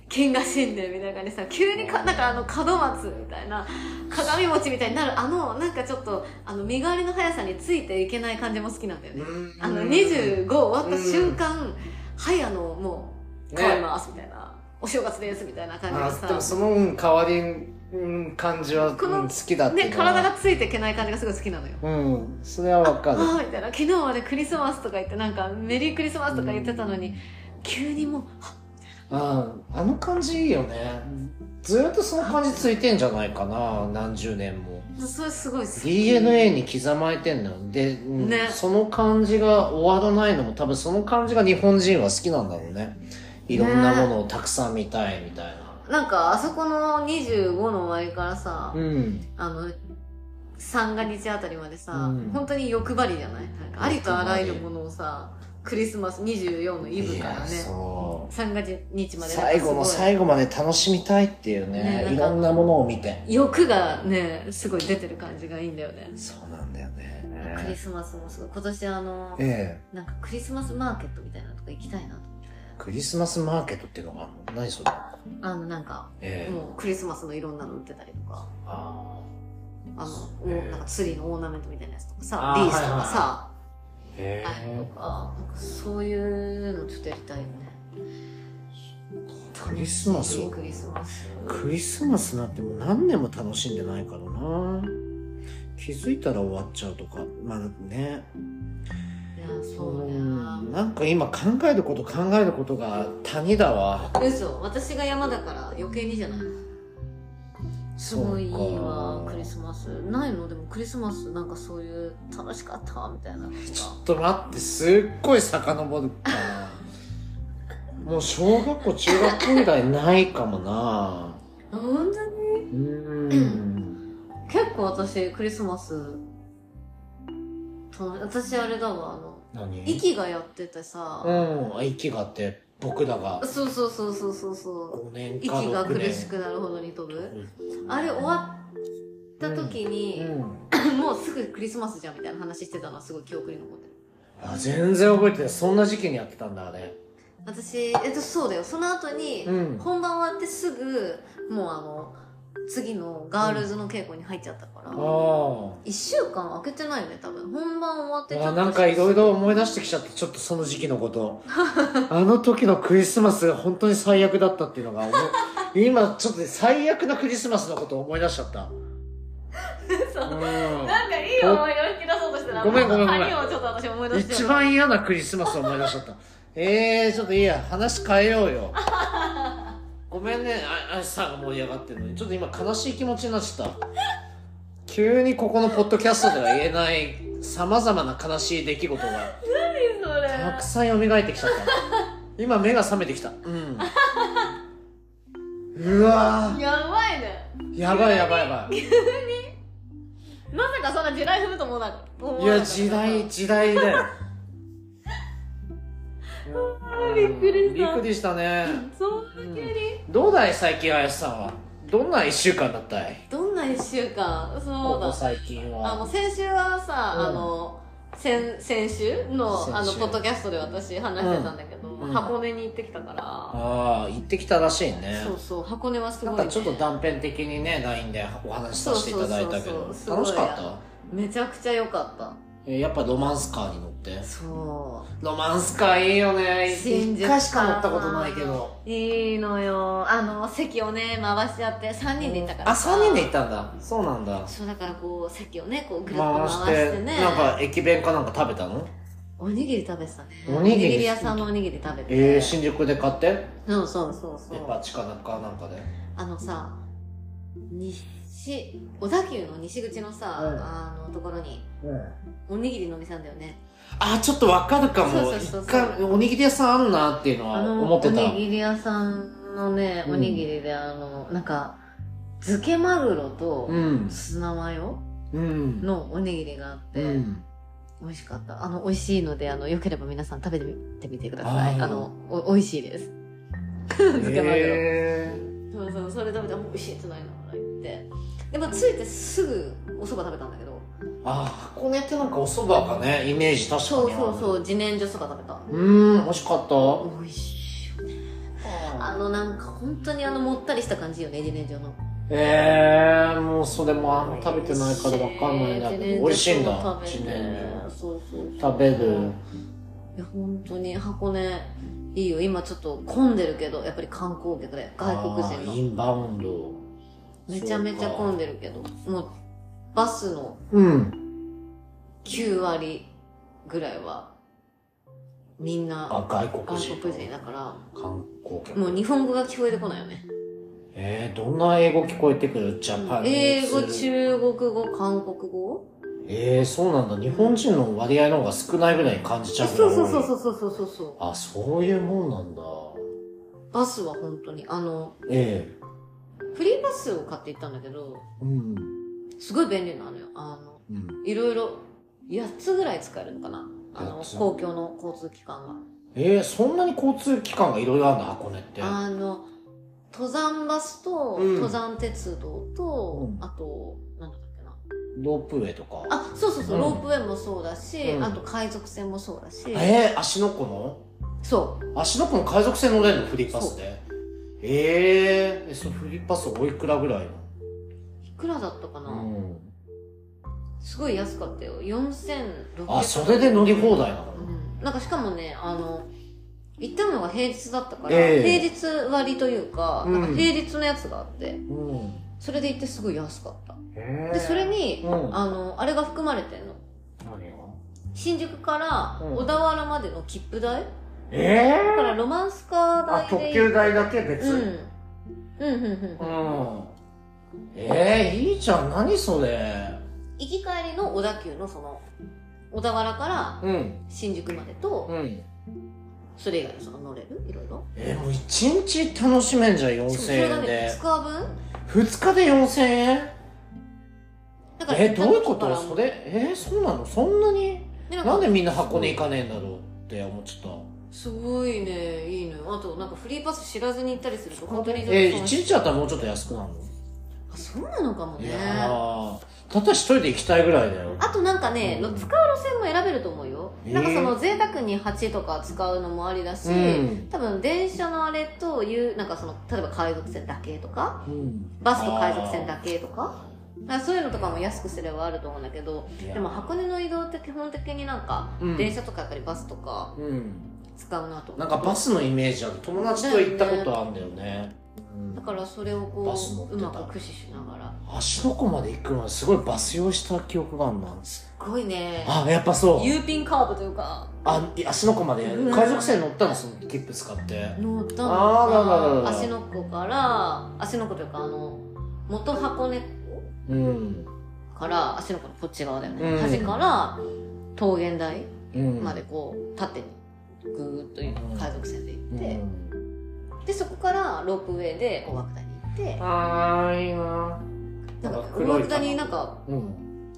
Speaker 1: 剣が神殿みたいな感じでさ急にかなんかあの門松みたいな鏡餅みたいになるあのなんかちょっとあの身代わりの速さについていけない感じも好きなんだよね、
Speaker 2: うん
Speaker 1: あの25終わった瞬間、はいあのもう変わりますみたいな、お正月ですみたいな感じ
Speaker 2: あ
Speaker 1: でさ
Speaker 2: でもその、うん、変わりんうん感じは、うん、
Speaker 1: この
Speaker 2: 好きだってい
Speaker 1: ね、
Speaker 2: うのは
Speaker 1: 体がついていけない感じがすごい好きなのよ。
Speaker 2: うんそれはわかる
Speaker 1: ああ、みたいな。昨日までクリスマスとか言って、なんかメリークリスマスとか言ってたのに、急にもう、あ
Speaker 2: ああの感じいいよねずっとその感じついてんじゃないかな何十年も
Speaker 1: それすごい好き。
Speaker 2: DNA に刻まれてんのよで、うん
Speaker 1: ね
Speaker 2: その感じが終わらないのも多分その感じが日本人は好きなんだろうねいろんなものをたくさん見たいみたいな、
Speaker 1: なんか、あそこの25の終わりからさ、
Speaker 2: うん
Speaker 1: あの、三が日あたりまでさ、
Speaker 2: うん
Speaker 1: 本当に欲張りじゃないなんかありとあらゆるものをさ、クリスマス24のイブから
Speaker 2: いや
Speaker 1: ね、
Speaker 2: そう
Speaker 1: 三が日までなんかすごい。
Speaker 2: 最後の最後まで楽しみたいっていうね
Speaker 1: ねなんか
Speaker 2: いろんなものを見て
Speaker 1: 欲がね、すごい出てる感じがいいんだよね。
Speaker 2: そうなんだよね
Speaker 1: クリスマスもすごい。今年あの、
Speaker 2: ええ
Speaker 1: なんかクリスマスマーケットみたいなとこ行きたいなと思って。
Speaker 2: クリスマスマーケットっていうのがあるの何それ
Speaker 1: あの、なんか、
Speaker 2: ええ
Speaker 1: もうクリスマスのいろんなの売ってたりとか、
Speaker 2: あ
Speaker 1: あの、
Speaker 2: ええ
Speaker 1: おなんかツリーのオーナメントみたいなやつとかさ、
Speaker 2: あー
Speaker 1: リースとかさ、
Speaker 2: ーへ
Speaker 1: あれとか、なんかそういうのちょっとやりたいよね。
Speaker 2: えクリスマス
Speaker 1: いい
Speaker 2: を
Speaker 1: クリスマス。
Speaker 2: クリスマスなんてもう何年も楽しんでないからな気づいたら終わっちゃうとかまあね
Speaker 1: いや、そうね。
Speaker 2: んなんか今考えること考えることが谷だわ
Speaker 1: 嘘、私が山だから余計にじゃないすごいいいわ、クリス
Speaker 2: マ
Speaker 1: マス。ないのでもクリスマスなんかそういう楽しかったみたいなのと
Speaker 2: ちょ
Speaker 1: か。
Speaker 2: っと待ってすっごい遡るかなもう小学校中学校以来ないかもな
Speaker 1: 本当に
Speaker 2: うーん
Speaker 1: 結構私クリスマス楽し私あれだわあの
Speaker 2: 何
Speaker 1: 息がやっててさ、
Speaker 2: うんあ息があって僕らが
Speaker 1: そうそうそうそうそうそう
Speaker 2: 5年か6年
Speaker 1: 息が苦しくなるほどに飛ぶあれ終わった時に、
Speaker 2: うん、
Speaker 1: もうすぐクリスマスじゃんみたいな話してたのはすごい記憶に残ってる
Speaker 2: あ全然覚えてないそんな時期にやってたんだあれ
Speaker 1: 私えっとそうだよその後に、
Speaker 2: うん
Speaker 1: 本番終わってすぐもうあの次のガールズの稽古に入っちゃったから、
Speaker 2: あ
Speaker 1: 一1週間空けてないよね多分本番終わってち
Speaker 2: あ
Speaker 1: ょっと
Speaker 2: あなんかいろいろ思い出してきちゃってちょっとその時期のこと あの時のクリスマスが本当に最悪だったっていうのが思い今ちょっと最悪なクリスマスのことを思い出しちゃった
Speaker 1: そう
Speaker 2: うん
Speaker 1: なんかいい思い出を引き出そうとしたら、
Speaker 2: ごめんごめんごめん
Speaker 1: 谷をちょっと私思い出し
Speaker 2: 一
Speaker 1: て。
Speaker 2: 番嫌なクリスマスを思い出しちゃったえー、ちょっといいや話変えようよごめんねああさんが盛り上がってるのにちょっと今悲しい気持ちになっちゃった急にここのポッドキャストでは言えないさまざまな悲しい出来事が
Speaker 1: そ
Speaker 2: たくさん蘇ってきちゃった今目が覚めてきたうんうわ
Speaker 1: やばいね。
Speaker 2: ーやばいやばいやばい
Speaker 1: まさかそんな地雷踏むと思わなかった。
Speaker 2: いや、時代、時代だよ。
Speaker 1: びっくりした
Speaker 2: びっくりしたね。
Speaker 1: そんな急に、
Speaker 2: どうだい、最近、林さんは。どんな一週間だったい
Speaker 1: どんな一週間そ
Speaker 2: こ
Speaker 1: う
Speaker 2: こ
Speaker 1: だ。
Speaker 2: 最近
Speaker 1: あ
Speaker 2: は。
Speaker 1: の、先週はさ、
Speaker 2: うん
Speaker 1: あの、先、先週の、
Speaker 2: 先週
Speaker 1: あの、ポッドキャストで私話してたんだけど、
Speaker 2: うん
Speaker 1: 箱根に行ってきたか
Speaker 2: ああ、行ってきたらしい
Speaker 1: ら、
Speaker 2: ね。
Speaker 1: そうそう、箱根はすご、
Speaker 2: ないん
Speaker 1: ね。
Speaker 2: かちょっと断片的にね、LINE でお話しさせていただいたけ
Speaker 1: そ
Speaker 2: ど
Speaker 1: うそうそうそうす、ごい
Speaker 2: 楽しかった
Speaker 1: めちゃくちゃ良かった。
Speaker 2: えやっぱロマンスカーに乗って。
Speaker 1: そう。
Speaker 2: ロマンスカーいいよね。
Speaker 1: 新
Speaker 2: 一
Speaker 1: 宿
Speaker 2: 回しか乗ったことないけど。
Speaker 1: いいのよ。あの、席をね、回し合って、3人で行ったから。
Speaker 2: あ、三人で行ったんだ。そうなんだ。
Speaker 1: そうだからこう席をねこうぐるっと
Speaker 2: 回
Speaker 1: 回
Speaker 2: し
Speaker 1: して
Speaker 2: て、
Speaker 1: ね
Speaker 2: なんか駅弁かなんか食べたの
Speaker 1: おにぎり食べてたね
Speaker 2: おにぎり
Speaker 1: 屋さんのおにぎり食べて
Speaker 2: えー、新宿で買って
Speaker 1: そうそうそうそ
Speaker 2: デ
Speaker 1: う
Speaker 2: パ地下なんかなんかで、
Speaker 1: あのさ西小田急の西口のさ、
Speaker 2: うん
Speaker 1: あのところにおにぎりの店なんだよね
Speaker 2: あちょっとわかるか
Speaker 1: そう
Speaker 2: も
Speaker 1: そう
Speaker 2: 一
Speaker 1: そうそう
Speaker 2: 回おにぎり屋さんあるなっていうのは
Speaker 1: あの
Speaker 2: 思ってた
Speaker 1: おにぎり屋さんのね
Speaker 2: うん
Speaker 1: おにぎりで、あのなんか漬けマグロと
Speaker 2: うん
Speaker 1: 砂マヨ
Speaker 2: うん。
Speaker 1: のおにぎりがあって、
Speaker 2: うん。
Speaker 1: 美味しかった。あの、美味しいので、あの、よければ皆さん食べてみてみてください。
Speaker 2: あー
Speaker 1: あの、お美味しいです。 漬けマグロ
Speaker 2: へー
Speaker 1: そうそう、それ食べて、あもう美味しいってないなら言って。で、まあ、着いてすぐお蕎麦食べたんだけど、
Speaker 2: あー、箱根ってなんかお蕎麦がね、イメージ確かに
Speaker 1: そう
Speaker 2: ある。
Speaker 1: そうそう、自然薯蕎麦食べた。
Speaker 2: う。うん、美味しかった。
Speaker 1: 美味しいよね。あの、なんか、本当にあの、もったりした感じよね、自然薯の。
Speaker 2: えー、もうそれもあんま食べてないからわかんないんだけ
Speaker 1: 自然
Speaker 2: ど、
Speaker 1: 薯
Speaker 2: 美味しいんだ、
Speaker 1: 食
Speaker 2: 自
Speaker 1: べて
Speaker 2: 然薯。
Speaker 1: そうそうそう。
Speaker 2: 食べる。
Speaker 1: いや、本当に箱根、いいよ。今ちょっと混んでるけど、やっぱり観光客で、外国人
Speaker 2: あ
Speaker 1: の
Speaker 2: ー。インバウンド。
Speaker 1: めちゃめちゃ混んでるけど、もう、バスの
Speaker 2: うん。
Speaker 1: 9割ぐらいは、みんな
Speaker 2: あ、外国人。
Speaker 1: 外国人だから、
Speaker 2: 観光客。
Speaker 1: もう日本語が聞こえてこないよね。
Speaker 2: えー、どんな英語聞こえてくるジャパニー
Speaker 1: 英
Speaker 2: ズ。
Speaker 1: 語、中国語、韓国語
Speaker 2: えー、そうなんだ。日本人の割合の方が少ないぐらい感じち
Speaker 1: そ
Speaker 2: ゃ
Speaker 1: う
Speaker 2: うぐらい多い
Speaker 1: そうそうそうそうそうそうそ
Speaker 2: あ、そういうもんなんだ。
Speaker 1: う。バスは本当に、あの、
Speaker 2: え
Speaker 1: フリーバスを買って行ったんだけど、
Speaker 2: えうん。
Speaker 1: すごい便利なのよ。あの、
Speaker 2: うん。
Speaker 1: いろいろ、8つぐらい使えるのかなあの、
Speaker 2: 8つ
Speaker 1: 公共の交通機関が。
Speaker 2: えー、そんなに交通機関がいろいろあるんだ、箱根って。
Speaker 1: あの登山バスと、
Speaker 2: うん
Speaker 1: 登山鉄道と、
Speaker 2: うん
Speaker 1: あとなんだったっけな
Speaker 2: ロープウェイとか。
Speaker 1: あそうそうそう、
Speaker 2: うん
Speaker 1: ロープウェイもそうだし、
Speaker 2: うん
Speaker 1: あと海賊船もそうだし、
Speaker 2: えー、足の湖の
Speaker 1: そう
Speaker 2: 足の湖の海賊船乗れるのフリーパスで。えー、え、そのフリーパスおいくらぐらい
Speaker 1: いくらだったかな、
Speaker 2: なのうん。
Speaker 1: すごい安かったよ4600
Speaker 2: あ、それで乗り放題なの
Speaker 1: うん、なんかしかもねあの行ったのが平日だったから、
Speaker 2: ええ
Speaker 1: 平日割というか,、
Speaker 2: うん
Speaker 1: なんか平日のやつがあって
Speaker 2: うん。
Speaker 1: それで行ってすごい安かった
Speaker 2: えー、
Speaker 1: でそれに、
Speaker 2: うん
Speaker 1: あのあれが含まれてんの
Speaker 2: 何が
Speaker 1: 新宿から
Speaker 2: うん
Speaker 1: 小田原までの切符代、
Speaker 2: え
Speaker 1: だから
Speaker 2: ー、
Speaker 1: ロマンスカー
Speaker 2: あ、
Speaker 1: 代
Speaker 2: 特
Speaker 1: で
Speaker 2: 急代だけ
Speaker 1: う
Speaker 2: 別。
Speaker 1: んうんうんうん
Speaker 2: う
Speaker 1: うん
Speaker 2: ん。えー、いいじゃん、何それ。
Speaker 1: 行き帰りの小田急のその小田原から
Speaker 2: うん。
Speaker 1: 新宿までと
Speaker 2: うん。
Speaker 1: それ以外のその乗れるいろいろ
Speaker 2: えー、もう一日楽しめんじゃん、
Speaker 1: しかもそれ
Speaker 2: 4000
Speaker 1: が
Speaker 2: 円
Speaker 1: ね
Speaker 2: で
Speaker 1: 2。日分
Speaker 2: 二日で4000円
Speaker 1: だから
Speaker 2: えー、どういうこ
Speaker 1: だ
Speaker 2: と
Speaker 1: から
Speaker 2: それ、えー、そうなのそんなに
Speaker 1: でなんか
Speaker 2: なんでみんな箱根行かねえんだろうって思っちゃった。
Speaker 1: すごいねいいのよあとなんかフリーパス知らずに行ったりすると本当にちょっと
Speaker 2: えー、
Speaker 1: 損
Speaker 2: 一
Speaker 1: し
Speaker 2: 日あったらもうちょっと安くなるの、
Speaker 1: あそうなのかも
Speaker 2: い
Speaker 1: ね
Speaker 2: やーたった一人で行きたいぐらいだよ。
Speaker 1: あとなんかね、
Speaker 2: うん
Speaker 1: 使う路線も選べると思うよ、
Speaker 2: えー
Speaker 1: なんかその贅沢に8とか使うのもありだし、
Speaker 2: うん
Speaker 1: 多分電車のあれというなんかその例えば海賊船だけとか
Speaker 2: うん
Speaker 1: バスと海賊船だけとかだからそういうのとかも安くすればあると思うんだけどでも箱根の移動って基本的になんか、
Speaker 2: うん
Speaker 1: 電車とかやっぱりバスとか
Speaker 2: 根。うん。
Speaker 1: 使うなと
Speaker 2: なんかバスのイメージある。友達と行ったことあるんだよね。うん
Speaker 1: だからそれを
Speaker 2: バス乗っ
Speaker 1: こ
Speaker 2: て
Speaker 1: うう
Speaker 2: た
Speaker 1: まく駆使しながら
Speaker 2: 足の湖まで行くのはすごいバス用した記憶があるな。
Speaker 1: すごいね
Speaker 2: あ、やっぱそう。
Speaker 1: ユーピンカーブというか
Speaker 2: あ、い足の湖まで
Speaker 1: うわ
Speaker 2: 海賊船乗ったの、その切符使って。
Speaker 1: 乗ったの
Speaker 2: あーなるほど
Speaker 1: 足の子から足の子というかあの元箱根
Speaker 2: うん。
Speaker 1: から足の子のこっち側だよね、
Speaker 2: うん
Speaker 1: 端から桃源台
Speaker 2: うん。
Speaker 1: までこう縦にぐーっと今
Speaker 2: うん
Speaker 1: 海賊船で行っ
Speaker 2: うん。
Speaker 1: て、でそこからロープウェイで大涌谷行って
Speaker 2: あー、いいな。
Speaker 1: なんか
Speaker 2: なんか
Speaker 1: 大
Speaker 2: 黒い
Speaker 1: 涌谷なんか
Speaker 2: うん。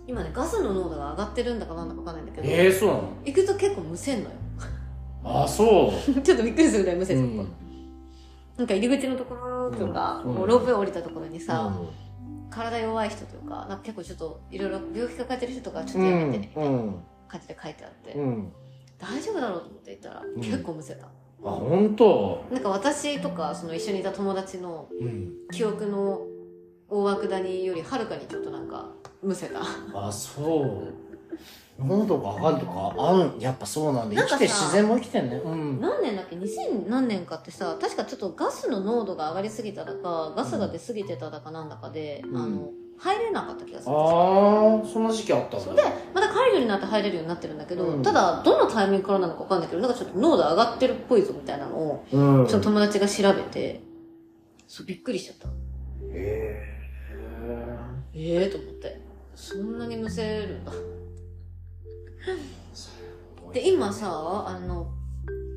Speaker 1: 今ねガスの濃度が上がってるんだかなんだかわかんないんだけど、
Speaker 2: えー、そうなの
Speaker 1: 行くと結構むせんのよ
Speaker 2: あ、そう。
Speaker 1: ちょっとびっくりするぐらいむせ
Speaker 2: う
Speaker 1: る、
Speaker 2: ん
Speaker 1: なんか入り口のところとか、
Speaker 2: うん
Speaker 1: もうロープウェイ降りたところにさ、
Speaker 2: うん
Speaker 1: 体弱い人というかなんか結構ちょっといろいろ病気抱えてる人とかはちょっとやめてね、
Speaker 2: うん
Speaker 1: 感じで書いてあって、
Speaker 2: うん
Speaker 1: 大丈夫だろうと思って行ったら
Speaker 2: ん
Speaker 1: 結構むせた、
Speaker 2: あ本当
Speaker 1: なんか私とかその一緒にいた友達の
Speaker 2: うん
Speaker 1: 記憶の大涌谷よりはるかにちょっとなんかむせた
Speaker 2: あそう喉が上がるとかあんやっぱそうなんで
Speaker 1: な
Speaker 2: 生
Speaker 1: んか
Speaker 2: き
Speaker 1: さ
Speaker 2: て自然も生きてんねうん
Speaker 1: 何年だっけ2000何年かってさ確かちょっとガスの濃度が上がりすぎただかガスが出すぎてただかなんだかで、
Speaker 2: うん
Speaker 1: あの入れなかった気がす
Speaker 2: あ
Speaker 1: る
Speaker 2: ーそんな時期あった
Speaker 1: そ
Speaker 2: ん
Speaker 1: れで
Speaker 2: だ
Speaker 1: また解除になって入れるようになってるんだけど、
Speaker 2: うん
Speaker 1: ただどのタイミングからなのか分かんないけどなんかちょっと濃度上がってるっぽいぞみたいなのを
Speaker 2: うん
Speaker 1: その友達が調べて、そうびっくりしちゃった。
Speaker 2: へ
Speaker 1: ええと思って。そんなにむせるんだ。
Speaker 2: ー
Speaker 1: で、今さ、あの、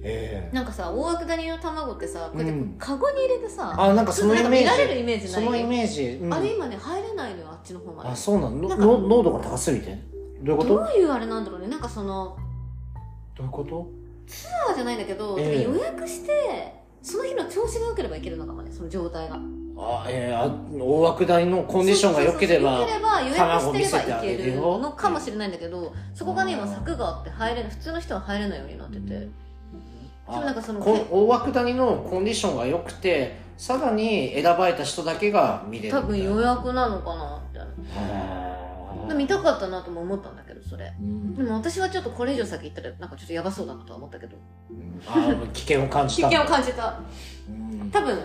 Speaker 2: えええ
Speaker 1: なんかさ大涌谷の卵ってさこうやってこう
Speaker 2: うん
Speaker 1: カゴに入れてさ、
Speaker 2: あなんか
Speaker 1: ち
Speaker 2: そ
Speaker 1: ょっ
Speaker 2: の
Speaker 1: とな
Speaker 2: イ
Speaker 1: んか
Speaker 2: メ
Speaker 1: 見られ
Speaker 2: ー
Speaker 1: るイメージ
Speaker 2: ジ
Speaker 1: な
Speaker 2: そ
Speaker 1: い
Speaker 2: のイメージ、うん
Speaker 1: あれ今ね入れないのよあっちの方まで
Speaker 2: あそうなのの
Speaker 1: なんか
Speaker 2: の濃度が高すぎてどういうこと
Speaker 1: どういうあれなんだろうねなんかその
Speaker 2: どういうこと
Speaker 1: ツアーじゃないんだけど、
Speaker 2: ええ
Speaker 1: 予約してその日の調子が良ければいけるのかもねその状態が
Speaker 2: あええあ大枠大のコンディションが良ければ
Speaker 1: そうそうそう良ければ予約してればいける
Speaker 2: 卵見せてあげる
Speaker 1: の
Speaker 2: よ
Speaker 1: かもしれないんだけどそこがね
Speaker 2: うん
Speaker 1: 今柵があって入れない普通の人は入れないようになってて、でもなん
Speaker 2: あ
Speaker 1: かその
Speaker 2: こ大枠谷のコンディションが良くてさらに選ばれた人だけが見れる
Speaker 1: 多分予
Speaker 2: へ
Speaker 1: 約なのかなみたい
Speaker 2: え
Speaker 1: な見たかったなとも思ったんだけどそれ
Speaker 2: うん
Speaker 1: でも私はちょっとこれ以上先行ったらなんかちょっとやばそうだなとは思ったけど
Speaker 2: あ危険を感じ
Speaker 1: 危
Speaker 2: た
Speaker 1: 険を感じた
Speaker 2: うん
Speaker 1: 多分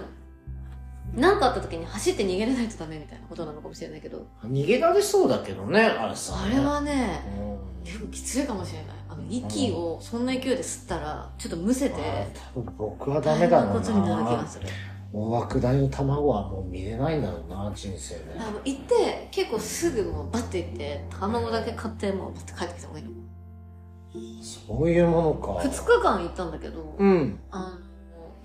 Speaker 1: 何かあった時に走って逃げれないとダメみたいなことなのかもしれないけど
Speaker 2: 逃げられそうだけどねあれさ
Speaker 1: あれはね
Speaker 2: うん
Speaker 1: 結構きついかもしれないあの息をそんな勢いで吸ったらちょっとむせて
Speaker 2: あ多分僕はダ
Speaker 1: 大
Speaker 2: メ
Speaker 1: 変
Speaker 2: だ
Speaker 1: な
Speaker 2: ろ
Speaker 1: こ
Speaker 2: う
Speaker 1: とになる気が
Speaker 2: な
Speaker 1: する
Speaker 2: 大枠大の卵はもう見れないんだろうな人生で
Speaker 1: あの行って結構すぐもうバッて行って卵だけ買ってもうバッて帰ってきた方がいいの
Speaker 2: そういうものか
Speaker 1: 2日間行ったんだけど
Speaker 2: うん
Speaker 1: あの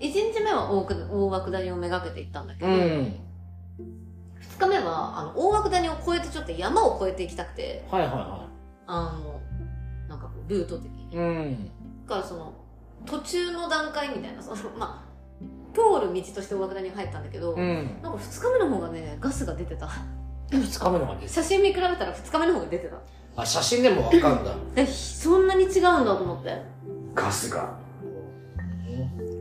Speaker 1: 1日目は大く大涌谷をめがけて行ったんだけ
Speaker 2: う
Speaker 1: ど、
Speaker 2: ん
Speaker 1: 2日目はあの大涌谷を越えてちょっと山を越えていきたくて
Speaker 2: はいはいは
Speaker 1: あのなんかこうルート的に
Speaker 2: いうん
Speaker 1: だからその途中の段階みたいなそのまあ通る道として大涌谷に入ったんだけど、
Speaker 2: うん
Speaker 1: なんか2日目の方がねガスが出てた
Speaker 2: 2日目のがです
Speaker 1: 写真見比べたら2日目の方が出てた
Speaker 2: あ写真でもわかんだ
Speaker 1: えそんなに違うんだと思って
Speaker 2: ガスが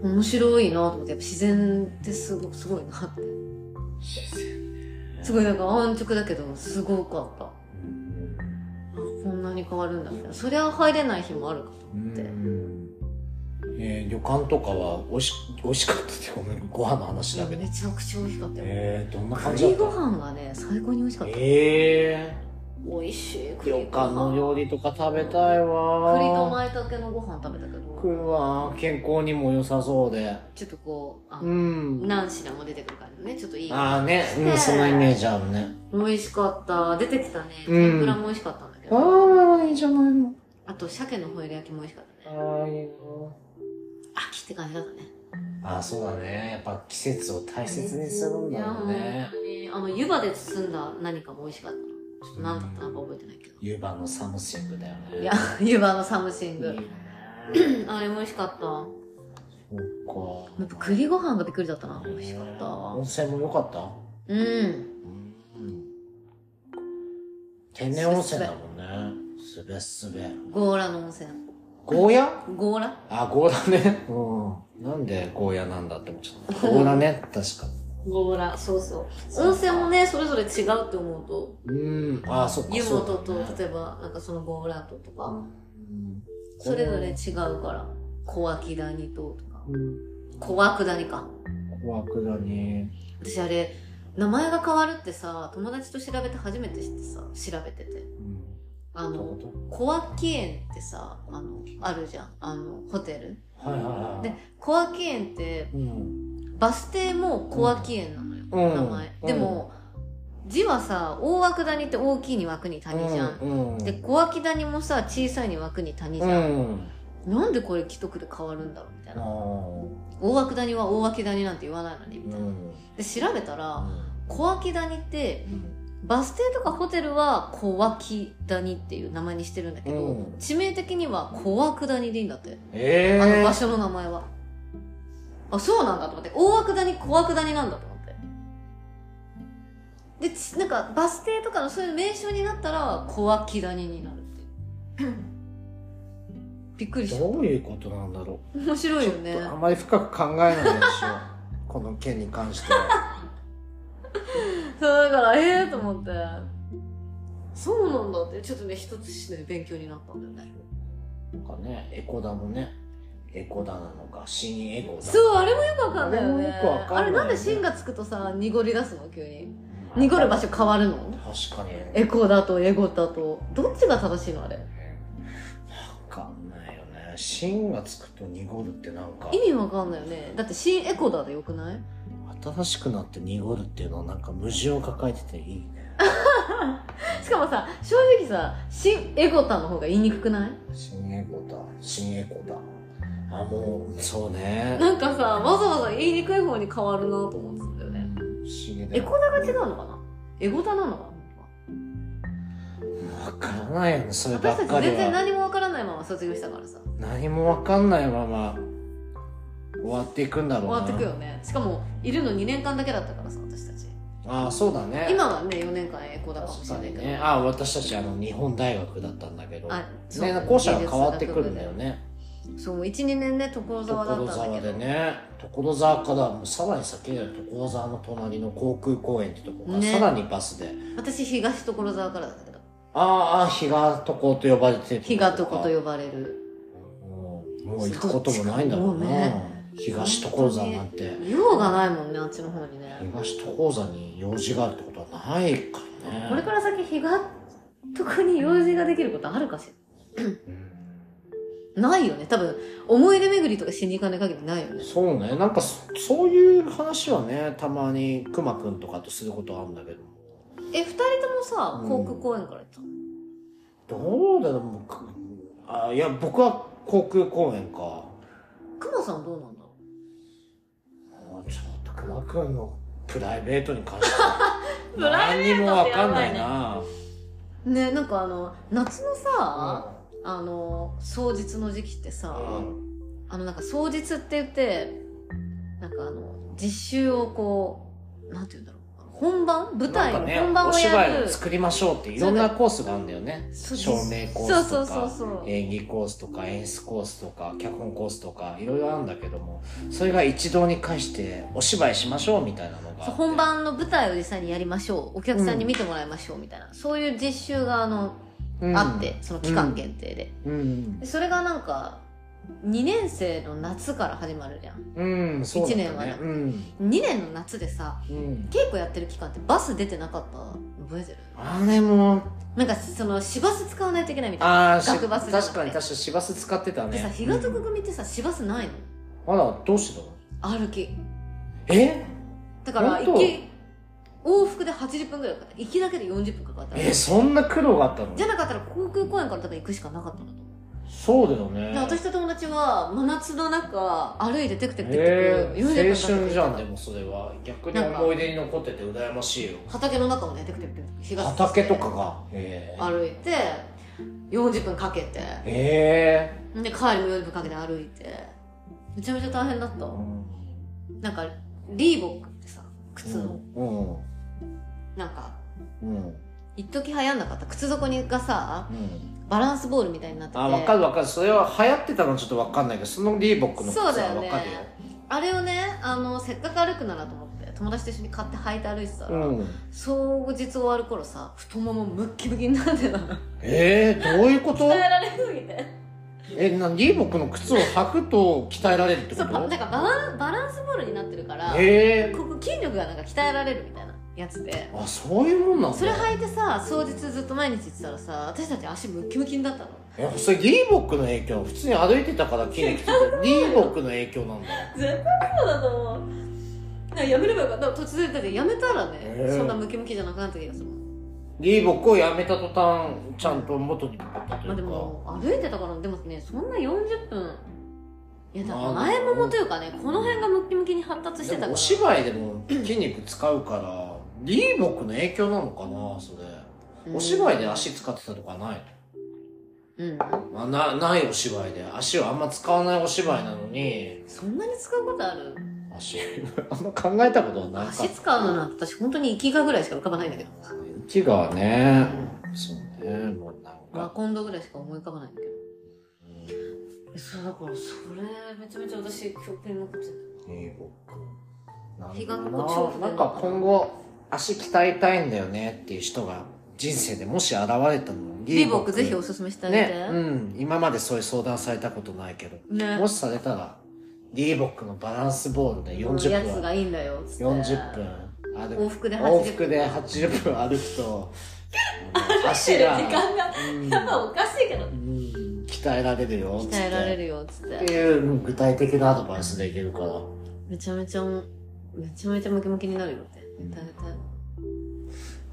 Speaker 1: 面白いなと思ってやっぱ自然ってすごすごいなってすごいなんか安直だけどすごかったこんなに変わるんだみたいなそりゃ入れない日もあるか
Speaker 2: うんえー、旅館とかは美味し美味しかったってごめんご飯の話だ
Speaker 1: ら
Speaker 2: けど
Speaker 1: めちゃくちゃ美味しかったよ
Speaker 2: えー、どんな感じだ
Speaker 1: 栗
Speaker 2: った
Speaker 1: ご飯がね最高に美味しかった
Speaker 2: え
Speaker 1: 美味しい
Speaker 2: ー、
Speaker 1: 栗
Speaker 2: 旅
Speaker 1: ご飯
Speaker 2: 館の料理とか食べたいわ
Speaker 1: 栗と舞茸のご飯食べたけど
Speaker 2: 食うわ健康にも良さそうで
Speaker 1: ちょっとこうあ
Speaker 2: う
Speaker 1: の
Speaker 2: ん
Speaker 1: 何品も出てくるからねちょっといい
Speaker 2: ああね、う
Speaker 1: ね
Speaker 2: ん、
Speaker 1: え
Speaker 2: そのイメージあるね
Speaker 1: 美味しかった出てきたね
Speaker 2: うん
Speaker 1: 天ぷらも美味しかったんだけど、
Speaker 2: ああいいじゃないの
Speaker 1: あと鮭のホイル焼きも美味しかったね
Speaker 2: ああいい
Speaker 1: 秋って感じだったね
Speaker 2: なあーそうだねやっぱ季節を大切にするんだろう
Speaker 1: いや
Speaker 2: ね
Speaker 1: 本当にあの湯葉で包んだ何かも美味しかったのちょっと何だったのか覚えてないけど
Speaker 2: 湯葉のサムシングだよね
Speaker 1: いや 湯葉のサムシ
Speaker 2: い
Speaker 1: ン
Speaker 2: いね
Speaker 1: グあれも美味しかったや
Speaker 2: そっか
Speaker 1: っぱ栗ご飯がびっくりだったな美味しかった
Speaker 2: 温泉も良かった
Speaker 1: うん
Speaker 2: うん天然温泉だもんねすべすべ
Speaker 1: ゴーラの温泉
Speaker 2: ゴーヤ
Speaker 1: ゴーラ
Speaker 2: あゴーラねうんなんでゴーヤなんだって思っち ゃったゴーラね確か
Speaker 1: ゴーラそうそう温泉もねそれぞれ違うって思うと
Speaker 2: うんああそっか
Speaker 1: 湯
Speaker 2: そう
Speaker 1: 本と、
Speaker 2: だね
Speaker 1: 例えばなんかそのゴーラととか、
Speaker 2: うん
Speaker 1: それぞれ違うから小涌谷ととか
Speaker 2: うん
Speaker 1: 小涌谷か
Speaker 2: 怖くだね
Speaker 1: 私あれ名前が変わるってさ友達と調べて初めて知ってさ調べてて
Speaker 2: うん
Speaker 1: あ
Speaker 2: どうい
Speaker 1: の
Speaker 2: うこ
Speaker 1: 小涌園ってさあのあるじゃんあのホテル
Speaker 2: とはいはいはい
Speaker 1: で小涌園って
Speaker 2: うん
Speaker 1: バス停も小涌園なのよ、
Speaker 2: うん
Speaker 1: 名前、
Speaker 2: うん
Speaker 1: でも字はさ大涌谷って大きいに枠に谷じゃん、
Speaker 2: うん
Speaker 1: で小涌谷もさ小さいに枠に谷じ
Speaker 2: う
Speaker 1: ゃん、
Speaker 2: ん
Speaker 1: なんでこれ既得で変わるんだろうみたい
Speaker 2: あ
Speaker 1: な
Speaker 2: ー
Speaker 1: 大涌谷は大涌谷なんて言わないのにみた
Speaker 2: う
Speaker 1: いなんで調べたら小涌谷って
Speaker 2: うん
Speaker 1: バス停とかホテルは小涌谷っていう名前にしてるんだけど、
Speaker 2: うん
Speaker 1: 地名的には小涌谷でいいんだって、
Speaker 2: ええ
Speaker 1: あの場所の名前はあそうなんだと思って大涌谷小涌谷なんだと思ってでちなんかバス停とかのそういう名称になったら小涌谷になるっていう びっくりした
Speaker 2: どういうことなんだろ
Speaker 1: 面白いよね
Speaker 2: うあまり深く考えないでしょう この件に関しては
Speaker 1: そうだからええと思ってそうなんだってちょっとね一つして勉強になったんだよね
Speaker 2: なんかねエコダもねエコダなのか新エコダ
Speaker 1: そう、あれもよくわかんないよね。
Speaker 2: あれもよくわかんない
Speaker 1: あれなんで芯がつくとさ、濁り出すの急に。
Speaker 2: うん
Speaker 1: 濁る場所変わるの
Speaker 2: 確かに
Speaker 1: エコだとエゴだと。どっちが正しいのあれ。
Speaker 2: わかんないよね芯がつくと濁るってなんか
Speaker 1: 意味わかんないよね。だって芯エコだでよくない
Speaker 2: 新しくなって濁るっていうのはなんか矛盾を抱えてていいね
Speaker 1: しかもさ、正直さ、芯エゴタの方が言いにくくない
Speaker 2: 新エコだ新エコだあもうそうね
Speaker 1: なんかさ、わざわざ言いにくい方に変わるなと思ってたんだよね。
Speaker 2: 不思議だ
Speaker 1: エ
Speaker 2: よ
Speaker 1: コダが違うのかなエゴダなのか
Speaker 2: わからないよねそれ
Speaker 1: な
Speaker 2: ば
Speaker 1: 私
Speaker 2: ったか
Speaker 1: ち
Speaker 2: り
Speaker 1: 全然
Speaker 2: は
Speaker 1: 何もわからないまま卒業したからさ。
Speaker 2: 何もわかんないまま終わっていくんだろ
Speaker 1: 終
Speaker 2: うな
Speaker 1: わってくよね。しかも、いるの2年間だけだったからさ、私たち。
Speaker 2: ああそうだね
Speaker 1: 今はね、4年間エコダかも
Speaker 2: 確
Speaker 1: しれ
Speaker 2: か
Speaker 1: ない
Speaker 2: に
Speaker 1: けど。
Speaker 2: ねあ私たちあの日本大学だったんだけど
Speaker 1: あそう
Speaker 2: ね校舎が変わってくるんだよね
Speaker 1: そう、1、2年ね、所沢だ
Speaker 2: 所
Speaker 1: ったんだけ
Speaker 2: 沢
Speaker 1: ど。
Speaker 2: でね所沢からもうさらに先だよ所沢の隣の航空公園ってとこから
Speaker 1: ね
Speaker 2: さらにバスで、
Speaker 1: 私、東所沢からだったけど。
Speaker 2: ああ日が床と呼ばれてる
Speaker 1: 日がとこと呼ばれる。
Speaker 2: もうもう行くこともないんだろう
Speaker 1: どっ
Speaker 2: な、
Speaker 1: ちかも
Speaker 2: 東所沢なんて
Speaker 1: 用がないもんね、あっちの方にね。
Speaker 2: 東所沢に用事があるってことはないからね
Speaker 1: これから先、日がとこに用事ができることあるかしらないよね。多分、思い出巡りとかしに行かない限りないよね。
Speaker 2: そうねなんかそそういう話はねたまにくまくんとかとすることあるんだけど
Speaker 1: え、二人ともさ
Speaker 2: う、ん
Speaker 1: 航空公園から行ったの、
Speaker 2: どうだろう僕あいや僕は航空公園か
Speaker 1: くまさんどうなんだろ
Speaker 2: もうちょっと熊くんのプライベートに関しては
Speaker 1: プライベートってやばいね
Speaker 2: 何にもわかんないな、
Speaker 1: うね、なんかあの、夏のさ、あの、掃除の時期ってさ、
Speaker 2: うん
Speaker 1: あのなんか掃除って言って、なんかあの、実習をこう、なんて言うんだろう。本番舞台
Speaker 2: なん
Speaker 1: の
Speaker 2: かね
Speaker 1: 本番をや
Speaker 2: お芝居
Speaker 1: る。
Speaker 2: を作りましょうっていろんなコースがあるんだよね
Speaker 1: そう
Speaker 2: 照明コース
Speaker 1: そう
Speaker 2: と
Speaker 1: そう
Speaker 2: か
Speaker 1: そうそう
Speaker 2: 演技コースとか演出コースとか脚本コースとかいろいろあるんだけどもそれが一堂に会してお芝居しましょうみたいなのがあって
Speaker 1: そう本番の舞台を実際にやりましょう。お客さんに見てもらいましょう、みたいな。そういう実習があの、
Speaker 2: うん
Speaker 1: あって、その期間限定で。
Speaker 2: うん
Speaker 1: でそれがなんか、2年生の夏から始まるじゃん。
Speaker 2: うん、そうだったね
Speaker 1: 一年はね
Speaker 2: うん、
Speaker 1: 2年の夏でさ、
Speaker 2: うん、
Speaker 1: 稽古やってる期間ってバス出てなかったの覚えてる
Speaker 2: あれも
Speaker 1: なんかその、市バス使わないといけないみたいな。
Speaker 2: ああ
Speaker 1: 学バス
Speaker 2: 確
Speaker 1: じゃ
Speaker 2: か
Speaker 1: なくて
Speaker 2: に確かに市バス使ってた
Speaker 1: でさ、
Speaker 2: ね
Speaker 1: 日がとく組ってさ、市バスないの
Speaker 2: あらどうしてたの
Speaker 1: 歩き。
Speaker 2: え
Speaker 1: だから、
Speaker 2: 本
Speaker 1: 行
Speaker 2: 当
Speaker 1: き、往復で80分くらいかかった。行きだけで40分かかったの。
Speaker 2: えそんな苦労があったの
Speaker 1: じゃなかったら航空公園から多分行くしかなかったんだと思う。
Speaker 2: そうだよね
Speaker 1: で私と友達は真夏の中歩いてテクテクテク
Speaker 2: え
Speaker 1: テク40分かかって
Speaker 2: ー、青春じゃんでもそれは逆に
Speaker 1: なんか
Speaker 2: 思い出に残ってて羨ましいよ
Speaker 1: 畑の中をねテクテクテク日が差して
Speaker 2: 畑とかがえー、
Speaker 1: 歩いて40分かけて
Speaker 2: え
Speaker 1: で帰りも40分かけて歩いてめちゃめちゃ大変だった
Speaker 2: ー、うん
Speaker 1: なんかリーボックってさ靴の、
Speaker 2: うん
Speaker 1: なんか
Speaker 2: うんうん
Speaker 1: 一時流行んなかった靴底にがさバランスボールみたいになってて
Speaker 2: あ分かる分かるそれは流行ってたのちょっと分かんないけどそのリーボックの靴は
Speaker 1: そうだよね
Speaker 2: 分かるよ
Speaker 1: あれをねあのせっかく歩くならと思って友達と一緒に買って履いて歩いてたら、
Speaker 2: うん
Speaker 1: 当日終わる頃さ太ももムッキムキになってたの
Speaker 2: えー、どういうこと
Speaker 1: 鍛えられすぎて
Speaker 2: えなリーボックの靴を履くと鍛えられるってこ
Speaker 1: そうば
Speaker 2: と
Speaker 1: なんかバランバランスボールになってるからこ
Speaker 2: えー、
Speaker 1: こ筋力がなんか鍛えられるみたいなやつで
Speaker 2: あそういうもんなんだ
Speaker 1: それ履いてさ掃除ずっと毎日行ってたらさ私たち足ムッキムキになったの
Speaker 2: えそれリーボックの影響普通に歩いてたから筋肉つ いてるリーボックの影響なんだ
Speaker 1: 絶対そうだと思うやめればよかった突然だってやめたらね、
Speaker 2: えー
Speaker 1: そんなムキムキじゃなくなった気がする
Speaker 2: リーボックをやめた途端ちゃんと元に戻ったとい
Speaker 1: まあで
Speaker 2: うか、
Speaker 1: も歩いてたからでもねそんな40分いやだから
Speaker 2: まあ
Speaker 1: 前ももというかねこの辺がムッキムキに発達してた
Speaker 2: で
Speaker 1: か
Speaker 2: も
Speaker 1: ら
Speaker 2: お芝居でも筋肉使うからリーボックの影響なのかなそれお芝居で足使ってたとかない
Speaker 1: うん
Speaker 2: のあなないお芝居で足をあんま使わないお芝居なのに
Speaker 1: そんなに使うことある
Speaker 2: 足あんま考えたことはなか
Speaker 1: 足
Speaker 2: っ
Speaker 1: 使うのなんて私本当に息がぐらいしか浮かばないんだけど、
Speaker 2: た雪がねそうねもうなん
Speaker 1: まあ
Speaker 2: か、
Speaker 1: 今度ぐらいしか思い浮かばないんだけどそうだからそれめちゃめちゃ私記憶に残って
Speaker 2: リーボックなんだ
Speaker 1: 日が心地よくて
Speaker 2: なんか今後足鍛えたいんだよねっていう人が人生でもし現れたのに
Speaker 1: リーボックぜひおすすめしてあげて
Speaker 2: ね、うん。今までそういう相談されたことないけど、
Speaker 1: ね
Speaker 2: もしされたら、リーボックのバランスボールで
Speaker 1: このやつ
Speaker 2: 40分、
Speaker 1: がいいんだよっつって
Speaker 2: 40分歩く。
Speaker 1: 往復で80分
Speaker 2: 往復で80分 歩くと、うん足が、
Speaker 1: 時間が
Speaker 2: うん
Speaker 1: やっぱおかしいけど
Speaker 2: うん鍛えられるよ、つって。
Speaker 1: 鍛えられるよっつっ
Speaker 2: って
Speaker 1: て
Speaker 2: いううん具体的なアドバイスできるから。
Speaker 1: めちゃめちゃめちゃめちゃムキムキになるよって
Speaker 2: うん
Speaker 1: 大体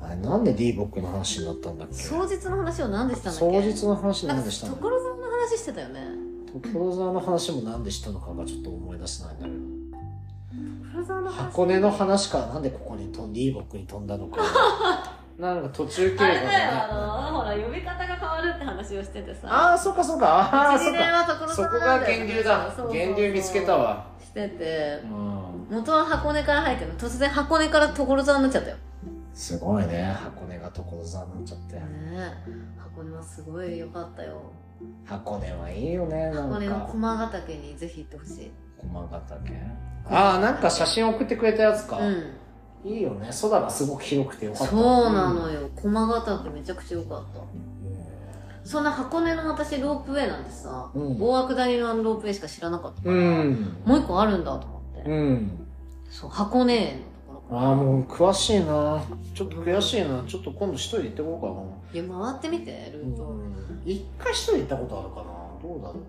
Speaker 2: あれ、なんでリーボックの話になったんだっけ
Speaker 1: 双日の話を何でしたんだっけ
Speaker 2: 双日の話
Speaker 1: な
Speaker 2: なんん
Speaker 1: か
Speaker 2: でした
Speaker 1: 所
Speaker 2: の
Speaker 1: 沢の話してたよね
Speaker 2: 所沢の話もなんでしたのかがちょっと思い出せないんだけ
Speaker 3: 黒
Speaker 2: ど
Speaker 3: 沢の話
Speaker 2: 箱根の話からなんでここに飛んでいい僕に飛んだのか なんか途中経過
Speaker 3: あ
Speaker 2: が
Speaker 3: れ
Speaker 2: ね
Speaker 3: だよあのほら呼び方が変わるって話をしててさ
Speaker 2: ああそっかそっかああそ
Speaker 1: 一
Speaker 2: っ
Speaker 1: 年
Speaker 2: か
Speaker 1: は所
Speaker 2: そ
Speaker 1: 沢
Speaker 2: こ
Speaker 1: な
Speaker 2: が
Speaker 1: んよ
Speaker 2: 源流
Speaker 1: そ
Speaker 2: だ
Speaker 1: うそうそう
Speaker 2: 源流見つけたわ
Speaker 1: してて
Speaker 2: うん
Speaker 1: 元は箱根から入ってるの突然箱根から所沢になっちゃったよ、ね
Speaker 2: すごいね箱根が所沢になっちゃって
Speaker 1: え、箱根はすごい良かったよ
Speaker 2: 箱根はいいよねなん
Speaker 1: 箱根の
Speaker 2: か
Speaker 1: 駒ヶ岳にぜひ行ってほしい
Speaker 2: 駒ヶ岳ああなんか写真送ってくれたやつか、
Speaker 1: うん
Speaker 2: いいよね空がすごく広くてよかった
Speaker 1: そうなのよ駒ヶ岳めちゃくちゃ良かった
Speaker 2: う
Speaker 1: そんな箱根の私ロープウェイなんてさ、
Speaker 2: うん
Speaker 1: 大涌谷のあのロープウェイしか知らなかったから、
Speaker 2: ん
Speaker 1: もう一個あるんだと思って、
Speaker 2: うん
Speaker 1: そう箱根園のところから
Speaker 2: ああもう詳しいなちょっと悔しいなちょっと今度一人で行ってこ
Speaker 1: いや回ってみてル
Speaker 2: う
Speaker 1: ー
Speaker 2: か
Speaker 1: ト、
Speaker 2: な、一回一人で行ったことあるかなどうだろう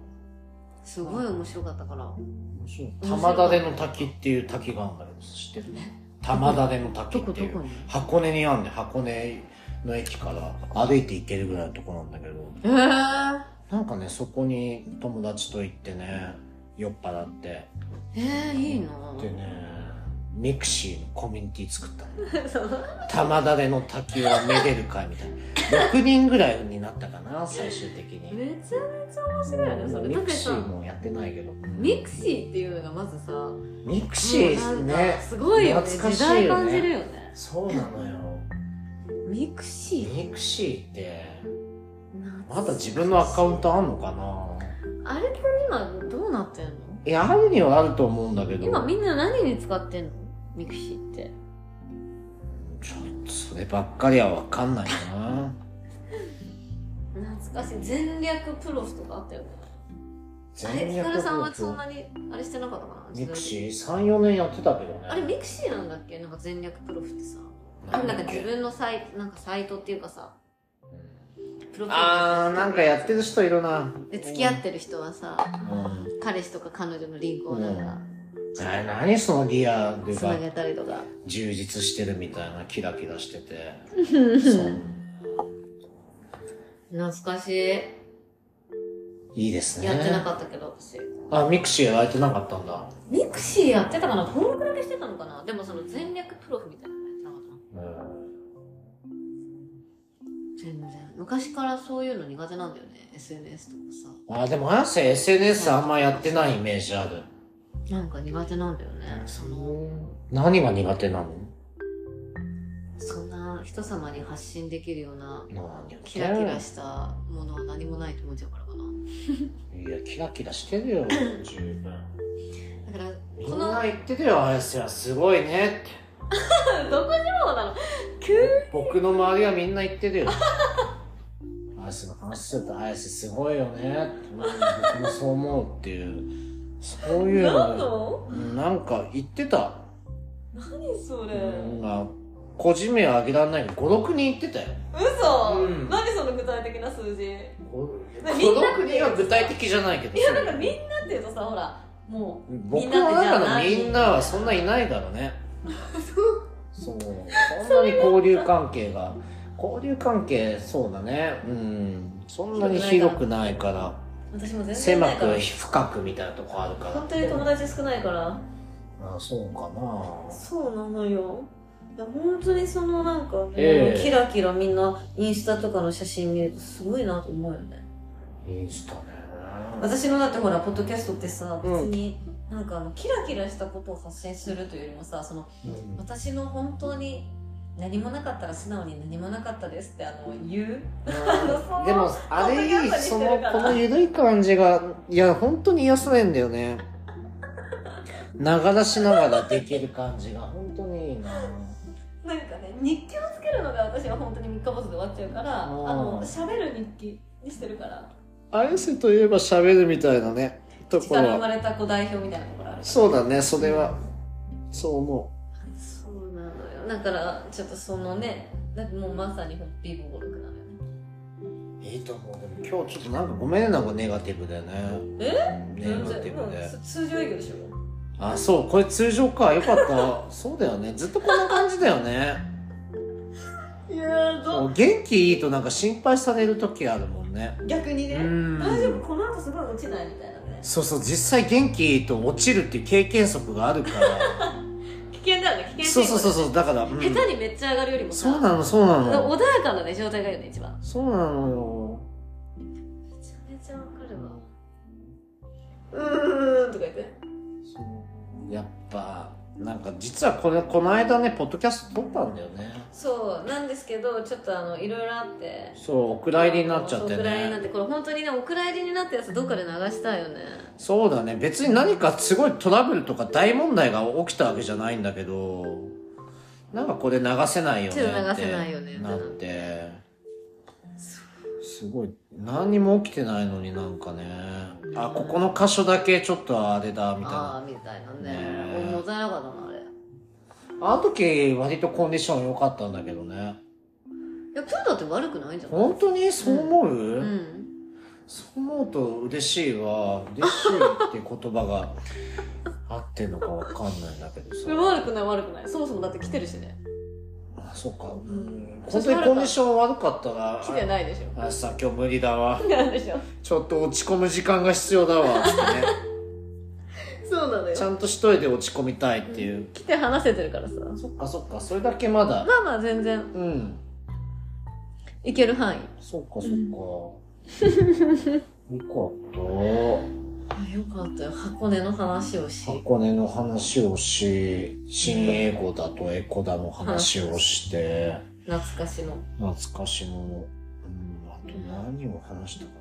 Speaker 1: すごい面白かったから
Speaker 2: 面白い
Speaker 1: 面白い
Speaker 2: 玉田での滝っていう滝があるんだけど知ってる玉田での滝
Speaker 1: ど
Speaker 2: っ
Speaker 1: こ
Speaker 2: て
Speaker 1: ど
Speaker 2: い
Speaker 1: こ
Speaker 2: う
Speaker 1: に
Speaker 2: 箱根にあんねん箱根の駅から歩いて行けるぐらいのとこなんだけど
Speaker 1: えー、
Speaker 2: なんかねそこに友達と行ってね酔っ払って
Speaker 1: えー、いいな
Speaker 2: でねミクシーのコミュニティ作った の
Speaker 3: そう
Speaker 2: 玉だれの滝をめでる会みたいな6人ぐらいになったかな最終的に
Speaker 3: めちゃめちゃ面白いよねそれ
Speaker 2: ミ
Speaker 3: だっ
Speaker 2: ク
Speaker 3: て
Speaker 2: シ
Speaker 3: さ
Speaker 2: ーもやってないけど
Speaker 3: ミクシーっていうのがまずさ
Speaker 2: ミクシ
Speaker 3: も
Speaker 2: ー
Speaker 3: うなんか
Speaker 2: ね
Speaker 3: すごいよね
Speaker 2: 懐かし
Speaker 3: 時
Speaker 2: いよ
Speaker 3: 代
Speaker 2: ね
Speaker 3: 感じるよね
Speaker 2: そうなのよ
Speaker 1: ミクシ
Speaker 2: ミクシーって
Speaker 1: ー
Speaker 2: まだ自分のアカウントあんのかな
Speaker 1: あれって今どうなってんの
Speaker 2: いやあるにはあると思うんだけど
Speaker 1: 今みんな何に使ってんのミクシーって
Speaker 2: ちょっとそればっかりは分かんないな
Speaker 3: 懐かしい全略プロスとかあったよねあれ
Speaker 2: 全
Speaker 3: ヒカ
Speaker 2: 略
Speaker 3: ルさんはそんなにあれしてなかったかな
Speaker 2: ミクシ
Speaker 3: ー
Speaker 2: ー34年やってたけどね
Speaker 1: あれミクシーなんだっけなんか全略プロフってさ
Speaker 2: なん
Speaker 1: な
Speaker 2: だ
Speaker 1: ん
Speaker 2: っ
Speaker 1: か
Speaker 2: け
Speaker 1: 自分のサイなんかサイトっていうかさプロフィール
Speaker 2: あーなんかやってる人いるな
Speaker 1: で付き合ってる人はさ
Speaker 2: うん
Speaker 1: 彼氏とか彼女のリンクをなんか
Speaker 2: え何そのリアル
Speaker 1: つな
Speaker 2: が
Speaker 1: げたりとか
Speaker 2: 充実してるみたいなキラキラしててそう
Speaker 1: 懐かしい
Speaker 2: いいですね
Speaker 1: やってなかったけど私
Speaker 2: あミクシーやられてなかったんだ、
Speaker 1: ミクシーやってたかな登録だけしてたのかなでもその全略プロフみたいなのやってなかったな
Speaker 2: うん、
Speaker 1: 全然昔からそういうの苦手なんだよね SNS とか
Speaker 2: あでも綾瀬 SNS あんまやってないイメージある
Speaker 1: さなんか苦手なんだよねその
Speaker 2: 何が苦手なの
Speaker 1: そんな人様に発信できるような
Speaker 2: 何や
Speaker 1: キラキラしたものは何もないと思っちゃうからかない
Speaker 2: やキラキラしてるよ十分
Speaker 1: だから
Speaker 2: み
Speaker 1: こ
Speaker 2: ん
Speaker 1: の
Speaker 2: な言ってるよ綾瀬はすごいねって
Speaker 1: どこ情報なの急
Speaker 2: 僕の周りはみんな言ってる よ綾瀬の話すると綾瀬すごいよねうん僕もそう思うっていうそういう
Speaker 3: 何
Speaker 2: の
Speaker 3: の
Speaker 2: うんなんか言ってた、
Speaker 3: 何それ
Speaker 2: うん、が個人名は挙げられないけど56人言ってたよ
Speaker 3: 嘘、
Speaker 2: うん
Speaker 3: 何その具体的な数字みんなって
Speaker 2: 56人は具体的じゃないけど
Speaker 3: いやなんかみん
Speaker 2: そう
Speaker 3: なっていうとさほらもう
Speaker 2: 僕の中のみんなはそんないないからねそうそんなに交流関係が交流関係そうだねうんそんなに広くないから
Speaker 3: 私も全然い
Speaker 2: 狭
Speaker 3: ないか
Speaker 2: く
Speaker 3: ら
Speaker 2: 深くみたいなとこあるから
Speaker 3: 本当に友達少ないから
Speaker 2: あそうかな
Speaker 3: そうなのよいや本当にそのなんか、
Speaker 2: ええ
Speaker 3: キラキラみんなインスタとかの写真見るとすごいなと思うよね
Speaker 2: インスタね
Speaker 3: 私のだってほらポッドキャストってさ別
Speaker 2: うん
Speaker 3: になんかあのキラキラしたことを発信するというよりもさその
Speaker 2: うん
Speaker 3: 私の本当に何もなかったら素直に何もなかったですってあの言う
Speaker 2: でもあれいいそのこの緩い感じがいや本当に癒されんだよね流しながらできる感じが本当にいいな
Speaker 3: なんかね日記をつけるのが私は本当に三日坊主で終わっちゃうからあ
Speaker 2: うん
Speaker 3: の喋る日記にしてるから
Speaker 2: 綾瀬といえば喋るみたいなねと
Speaker 3: 口から生まれた子代表みたいなところある
Speaker 2: そうだねそれはそう思
Speaker 3: そうなのよだからちょっとそのねだってもうまさにホッピー暴力なのよね
Speaker 2: ういいと思うでも今日ちょっとなんかごめんねなんかネガティブでねえネガティブで
Speaker 3: もう通常営業でしょ
Speaker 2: あそうこれ通常かよかったそうだよねずっとこんな感じだよね
Speaker 3: いやー
Speaker 2: そう元気いいとなんか心配される時あるもんね
Speaker 1: 逆にね
Speaker 2: うん
Speaker 1: 大丈夫この後すごい落ちないみたいなね
Speaker 2: そうそう実際元気と落ちるっていう経験則があるから
Speaker 1: 危険だよね危険
Speaker 2: そうそうそう
Speaker 1: う
Speaker 2: そうだから、うん
Speaker 1: 下手にめっちゃ上がるよりもさ
Speaker 2: そうなのそうなの
Speaker 1: 穏やかなね状態がいいよね一番
Speaker 2: そうなのよ
Speaker 1: めちゃめちゃわかるわうーんとか言って
Speaker 2: そうやっぱなんか実はこれこの間ねポッドキャスト撮ったんだよね
Speaker 1: そうなんですけどちょっとあのいろいろあって
Speaker 2: そうお蔵入りになっちゃって
Speaker 1: そうお蔵入りになっ
Speaker 2: ね
Speaker 1: てこれ本当にねお蔵入りになったやつどっかで流したいよね
Speaker 2: そうだね別に何かすごいトラブルとか大問題が起きたわけじゃないんだけどなんかこれ流せないよね
Speaker 1: ちょっと
Speaker 2: っ
Speaker 1: 流
Speaker 2: て
Speaker 1: せないよね
Speaker 2: なってすごい何にも起きてないのになんかねあここの箇所だけちょっとあれだみたいな
Speaker 4: ああみたいなね
Speaker 2: ね
Speaker 4: 俺も穏やかだなあれ
Speaker 2: あの時割とコンディション良かったんだけどね
Speaker 4: いや今日だって悪くないんじゃない
Speaker 2: 本当にそう思う、
Speaker 4: うん
Speaker 2: そう思うと嬉しいわ嬉しいって言葉が合ってんのかわかんないんだけどさ
Speaker 1: 悪くない悪くないそもそもだって来てるしね
Speaker 2: あそうか、
Speaker 1: ん
Speaker 2: 本当にコンディション悪かったらい
Speaker 1: いでしょ
Speaker 2: あさ今日無理だわ
Speaker 1: なんでしょ
Speaker 2: ちょっと落ち込む時間が必要だわってね
Speaker 1: そうなの
Speaker 2: ちゃんと一人で落ち込みたいっていう、
Speaker 1: 来て話せてるからさま
Speaker 2: そっかそっかそれだけまだ
Speaker 1: あまあ全然
Speaker 2: うん
Speaker 1: いける範囲
Speaker 2: そっかそっか、よかった
Speaker 1: あよかったよ箱根の話をし
Speaker 2: 箱根の話をし、新英語だとエコだの話をして、
Speaker 1: 懐かしの
Speaker 2: 懐かしの、うん、あと何を話したか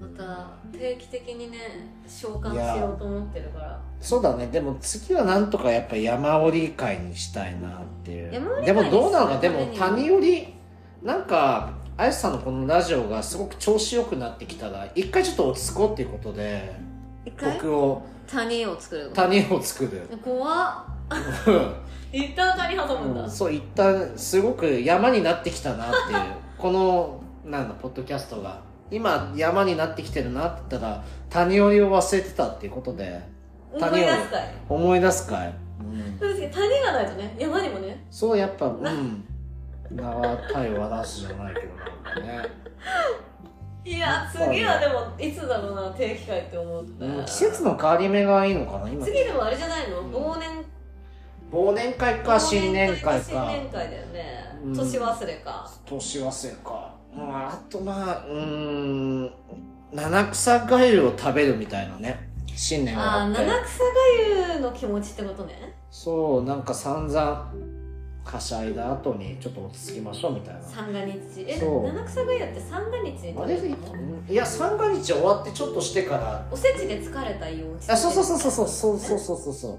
Speaker 1: また定期的にね召喚しようと思ってるから
Speaker 2: な。そうだね、でも次はなんとかやっぱ山折り会にしたいなっていう。
Speaker 1: 山折り
Speaker 2: で
Speaker 1: 会
Speaker 2: もどうなのか、
Speaker 1: にす
Speaker 2: で
Speaker 1: るため
Speaker 2: も
Speaker 1: には
Speaker 2: 谷折り、なんか、あやさんのこのラジオがすごく調子良くなってきたら、一回ちょっと落ち着こうっていうことで、
Speaker 1: 一回
Speaker 2: 曲を、
Speaker 1: 谷を作る
Speaker 2: 谷を作る。
Speaker 1: 怖っ一旦谷挟むんだ、
Speaker 2: うんそう一旦すごく山になってきたなっていう このなんだポッドキャストが今山になってきてるなって言ったら谷折りを忘れてたっていうことで
Speaker 1: 思い出したい
Speaker 2: 思い出すかい、うん
Speaker 1: そうですけど谷がないとね山にもね
Speaker 2: そうやっぱうん縄体を渡すじゃないけどなんかね、
Speaker 1: いや次はでもいつだろうな定期会って思っ
Speaker 2: うん、
Speaker 1: た
Speaker 2: 季節の変わり目がいいのかな今
Speaker 1: 次でもあれじゃないの忘年
Speaker 2: 忘年会か新年会か
Speaker 1: 新年会だよね、
Speaker 2: うん
Speaker 1: 年忘れか
Speaker 2: 年忘れか、うん、あとまあうーん七草がゆを食べるみたいなね新年
Speaker 1: ああ
Speaker 2: は
Speaker 1: ー
Speaker 2: 終わって
Speaker 1: 七草がゆの気持ちってことね
Speaker 2: そうなんか散々はしゃいだ後にちょっと落ち着きましょうみたいな
Speaker 1: 三が日え
Speaker 2: そう
Speaker 1: 七草がゆって三が日に食
Speaker 2: あ
Speaker 1: べ
Speaker 2: れ
Speaker 1: るの
Speaker 2: いや三が日終わってちょっとしてから
Speaker 1: おせちで疲れた胃を
Speaker 2: あそうそうそうそうそうそうそうそうそう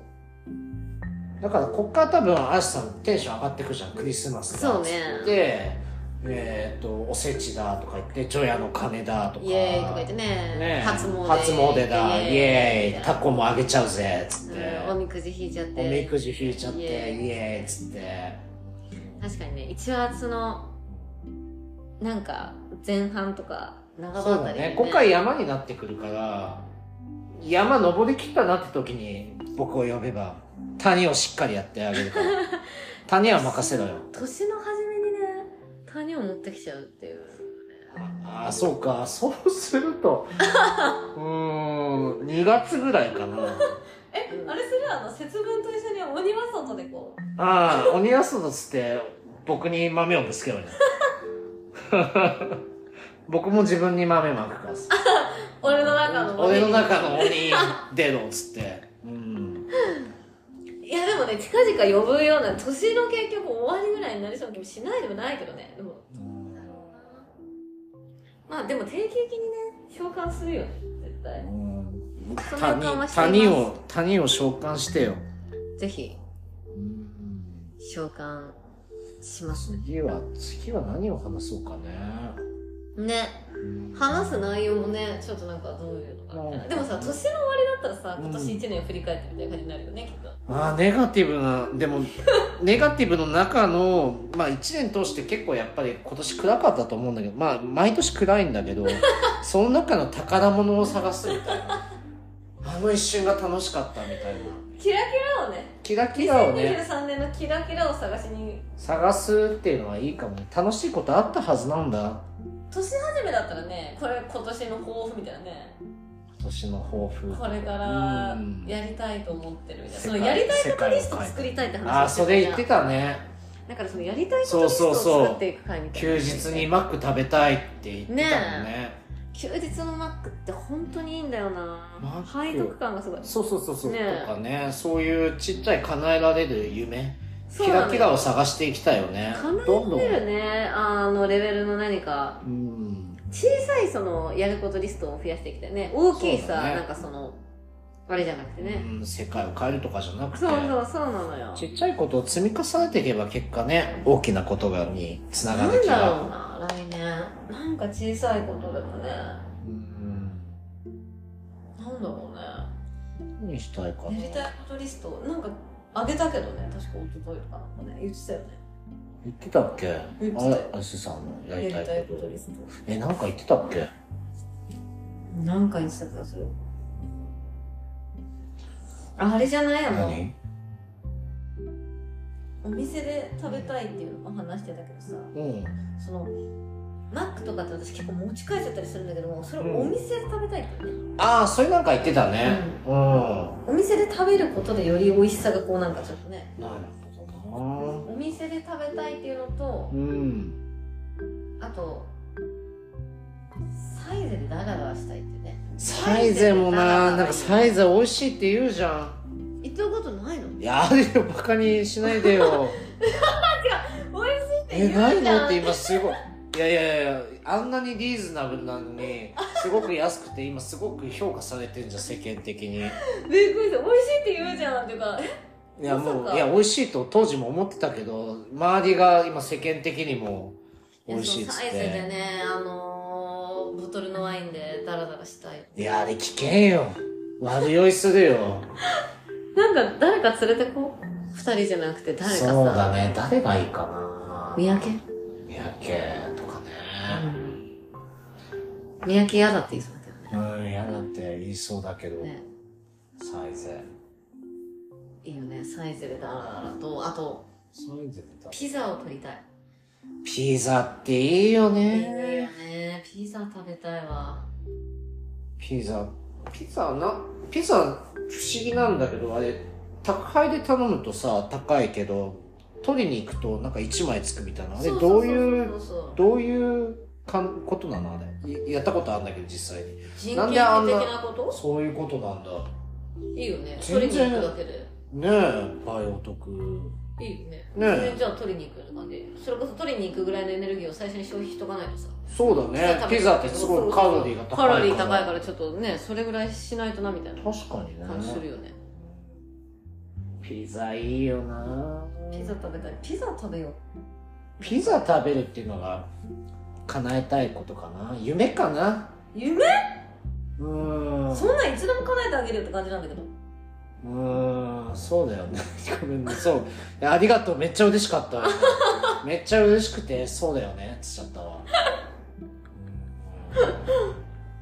Speaker 2: だからこっから多分アシさんテンション上がってくじゃんクリスマスだ
Speaker 4: そうね
Speaker 2: でえっ、とおせちだとか言って除夜の鐘だとか
Speaker 4: イエーイとか言ってね
Speaker 2: ねえ
Speaker 4: 初詣
Speaker 2: 初詣だイエーイ
Speaker 4: みたい
Speaker 2: タ
Speaker 4: な
Speaker 2: コもあげちゃうぜっつって、
Speaker 4: うんおみくじ引いちゃって
Speaker 2: おみくじ引いちゃってイ
Speaker 4: イ
Speaker 2: エ
Speaker 4: エー
Speaker 2: ーイっつって
Speaker 4: 確かにね一応そのなんか前半とか長
Speaker 2: そう
Speaker 4: 場あ
Speaker 2: だ
Speaker 4: たり
Speaker 2: ね今回山になってくるから山登りきったなって時に僕を呼べば谷をしっかりやってあげ るから谷は任せろよ
Speaker 4: 年の初めにね谷を持ってきちゃうっていう
Speaker 2: ああそうかそうする とうーん2月ぐらい かな
Speaker 1: えあれするあの節分と一緒に鬼は外でこう
Speaker 2: ああ、鬼遊ぶっつって、僕に豆をぶつけ ろよ。僕も自分に豆まくからっす。
Speaker 1: 俺の中の鬼
Speaker 2: 俺の中の鬼出ろっつって。うん。
Speaker 1: いやでもね近々呼ぶような年の結局終わりぐらいになりそうな気もしないでもないけどねでもまあでも定期的にね召喚するよね絶対
Speaker 2: うん
Speaker 4: そんな顔は
Speaker 2: 谷
Speaker 4: しています
Speaker 2: 谷を、谷を召喚してよ。
Speaker 4: ぜひ召喚します
Speaker 2: 次は、次は何を話そうかね。
Speaker 4: ね
Speaker 1: 話す内容もねちょっとなんかどういうのかみたいなでもさ年の終わりだったらさ今年1年を振り返ってみたいな感じになるよねきっと
Speaker 2: ああ、ネガティブな、でも、ネガティブの中の、まあ一年通して結構やっぱり今年暗かったと思うんだけど、まあ毎年暗いんだ けど、その中の宝物を探すみたいな。あの一瞬が楽しかったみたいな。
Speaker 1: キラキラをね
Speaker 2: キラキラを ね
Speaker 1: 2023年のキラキラを探しに
Speaker 2: 探すっていうのはいいかもね楽しいことあったはずなんだ
Speaker 1: 年始めだったらねこれ今年の抱負みたいなね
Speaker 2: 今年の抱負
Speaker 1: これから
Speaker 2: うん
Speaker 1: やりたいと思ってるみたいな
Speaker 2: 世
Speaker 1: そ
Speaker 2: 界
Speaker 1: のやりたいことリスト作りたいって
Speaker 2: ああ
Speaker 1: 話
Speaker 2: そ
Speaker 1: をして
Speaker 2: れ
Speaker 1: た
Speaker 2: 言ってたね
Speaker 1: だからそのやりたいことリストを作っていく会みたいな
Speaker 2: 休日にマック食べたいって言ってたもんね
Speaker 1: 休日のマックって本当にいいんだよな
Speaker 2: マック
Speaker 1: 背徳感がすごい
Speaker 2: そうそうそうそう、
Speaker 1: ねえ
Speaker 2: とかねそういうちっちゃい叶えられる夢
Speaker 1: そう
Speaker 2: キ
Speaker 1: な
Speaker 2: ラ
Speaker 1: の
Speaker 2: キラを探していきたいよね
Speaker 1: 叶え
Speaker 2: どんどん
Speaker 1: てるねあのレベルの何か
Speaker 2: うん
Speaker 1: 小さいそのやることリストを増やしてきてね大きい
Speaker 2: そう
Speaker 1: さ、
Speaker 2: だね
Speaker 1: なんかそのあれじゃなくてね、
Speaker 2: うん、世界を変えるとかじゃなくて
Speaker 1: そうそうそうなのよ
Speaker 2: ちっちゃいことを積み重ねていけば結果ね大きなことがにつな
Speaker 1: なん
Speaker 2: がる気
Speaker 1: だろう
Speaker 2: が
Speaker 1: な来年なんか小さいことでもね
Speaker 2: うん
Speaker 1: なんだろうね
Speaker 2: 何したいかな
Speaker 1: やりたいことリストなんかあげたけどね確か一昨日とかなんかね言ってたよね
Speaker 2: 言ってたっけあ
Speaker 1: 言ってたよ
Speaker 2: れあすさんのやり
Speaker 1: や
Speaker 2: た
Speaker 1: りたい
Speaker 2: い
Speaker 1: こ
Speaker 2: ことと
Speaker 1: リスト
Speaker 2: えなんか言ってたっけ
Speaker 1: なんか言ってた気がするあれじゃないの
Speaker 2: 何
Speaker 1: お店で食べたいっていうのも話してたけどさ
Speaker 2: うん
Speaker 1: そのマックとかって私結構持ち帰っちゃったりするんだけどもそれをお店で食べたいってね、
Speaker 2: ああそれなんか言ってたねうん、
Speaker 1: お店で食べることでより美味しさがこうなんかちょっとね
Speaker 2: なるほ
Speaker 1: お店で食べたいっていうの
Speaker 2: ど
Speaker 1: と
Speaker 2: なうん
Speaker 1: あとサイゼでダラダラしたいってね
Speaker 2: サイゼもななんかサイゼ美味しいって言うじゃ
Speaker 1: 行ったことないの
Speaker 2: んいやあれよバカにしないでよ
Speaker 1: 美味しいって
Speaker 2: え
Speaker 1: 言
Speaker 2: な
Speaker 1: う
Speaker 2: い
Speaker 1: じゃ
Speaker 2: の
Speaker 1: ん
Speaker 2: って今すごいいやいやいやあんなにリーズナブルなのにすごく安くて今すごく評価されてんじゃん世間的に
Speaker 1: びっくりした美味しいって言うじゃんっていうか
Speaker 2: いやも
Speaker 1: まさ
Speaker 2: う
Speaker 1: か
Speaker 2: いや美味しいと当時も思ってたけど周りが今世間的にも美味しいっつっ
Speaker 1: サイズで
Speaker 2: て
Speaker 1: ねあのーボトルのワインでダラダラしたい
Speaker 2: いやあれ危険よ悪酔いするよ
Speaker 1: なんか誰か連れてこう二人じゃなくて誰かさ
Speaker 2: そうだね誰がいいかな
Speaker 1: 三宅
Speaker 2: 三宅とかね
Speaker 1: 三宅嫌だって言いそうだけどね
Speaker 2: うん嫌だって言いそうだけど、
Speaker 1: ね
Speaker 2: サイゼ
Speaker 1: いいよねサイズでダラダラとあと
Speaker 2: サイゼだ
Speaker 1: ピザを取りたい
Speaker 2: ピザってい
Speaker 1: い
Speaker 2: いよ
Speaker 1: いよ
Speaker 2: ね
Speaker 1: ねピザ食べたいわ
Speaker 2: ピザピザなピザ不思議なんだけどあれ宅配で頼むとさ高いけど取りに行くとなんか1枚つくみたいなあれ
Speaker 1: そ
Speaker 2: ど
Speaker 1: そう
Speaker 2: いう
Speaker 1: そそそう
Speaker 2: どういうかんことなのあれいやったことあるんだけど実際に
Speaker 1: 人
Speaker 2: な
Speaker 1: 件
Speaker 2: ん
Speaker 1: 費
Speaker 2: であんな
Speaker 1: 的なこと
Speaker 2: そういうことなんだ
Speaker 1: いいよね
Speaker 2: 全
Speaker 1: 取
Speaker 2: 然
Speaker 1: りに行くだけで
Speaker 2: ねえ倍お得
Speaker 1: いいよね
Speaker 2: ね
Speaker 1: 全然じゃあ取りに行くような感じそれこそ取りに行くぐらいのエネルギーを最初に消費しとかないとさ
Speaker 2: そうだね
Speaker 1: 食べ
Speaker 2: ピ
Speaker 1: て
Speaker 2: ザってすごいカロリーが高い
Speaker 1: カロリー高いからちょっとねそれぐらいしないとなみたいな
Speaker 2: 確かにね
Speaker 1: 感じするよね
Speaker 2: ピザいいよな
Speaker 1: ピザ食べたいピザ食べよう
Speaker 2: ピザ食べるっていうのが叶えたいことかな夢かな
Speaker 1: 夢
Speaker 2: うーん
Speaker 1: そんなん一度も叶えてあげるよって感じなんだけど
Speaker 2: うーんそうだよねごめんねそういやありがとうめっちゃ嬉しか ったわめっちゃ嬉しくてそうだよねっつっちゃっ たわ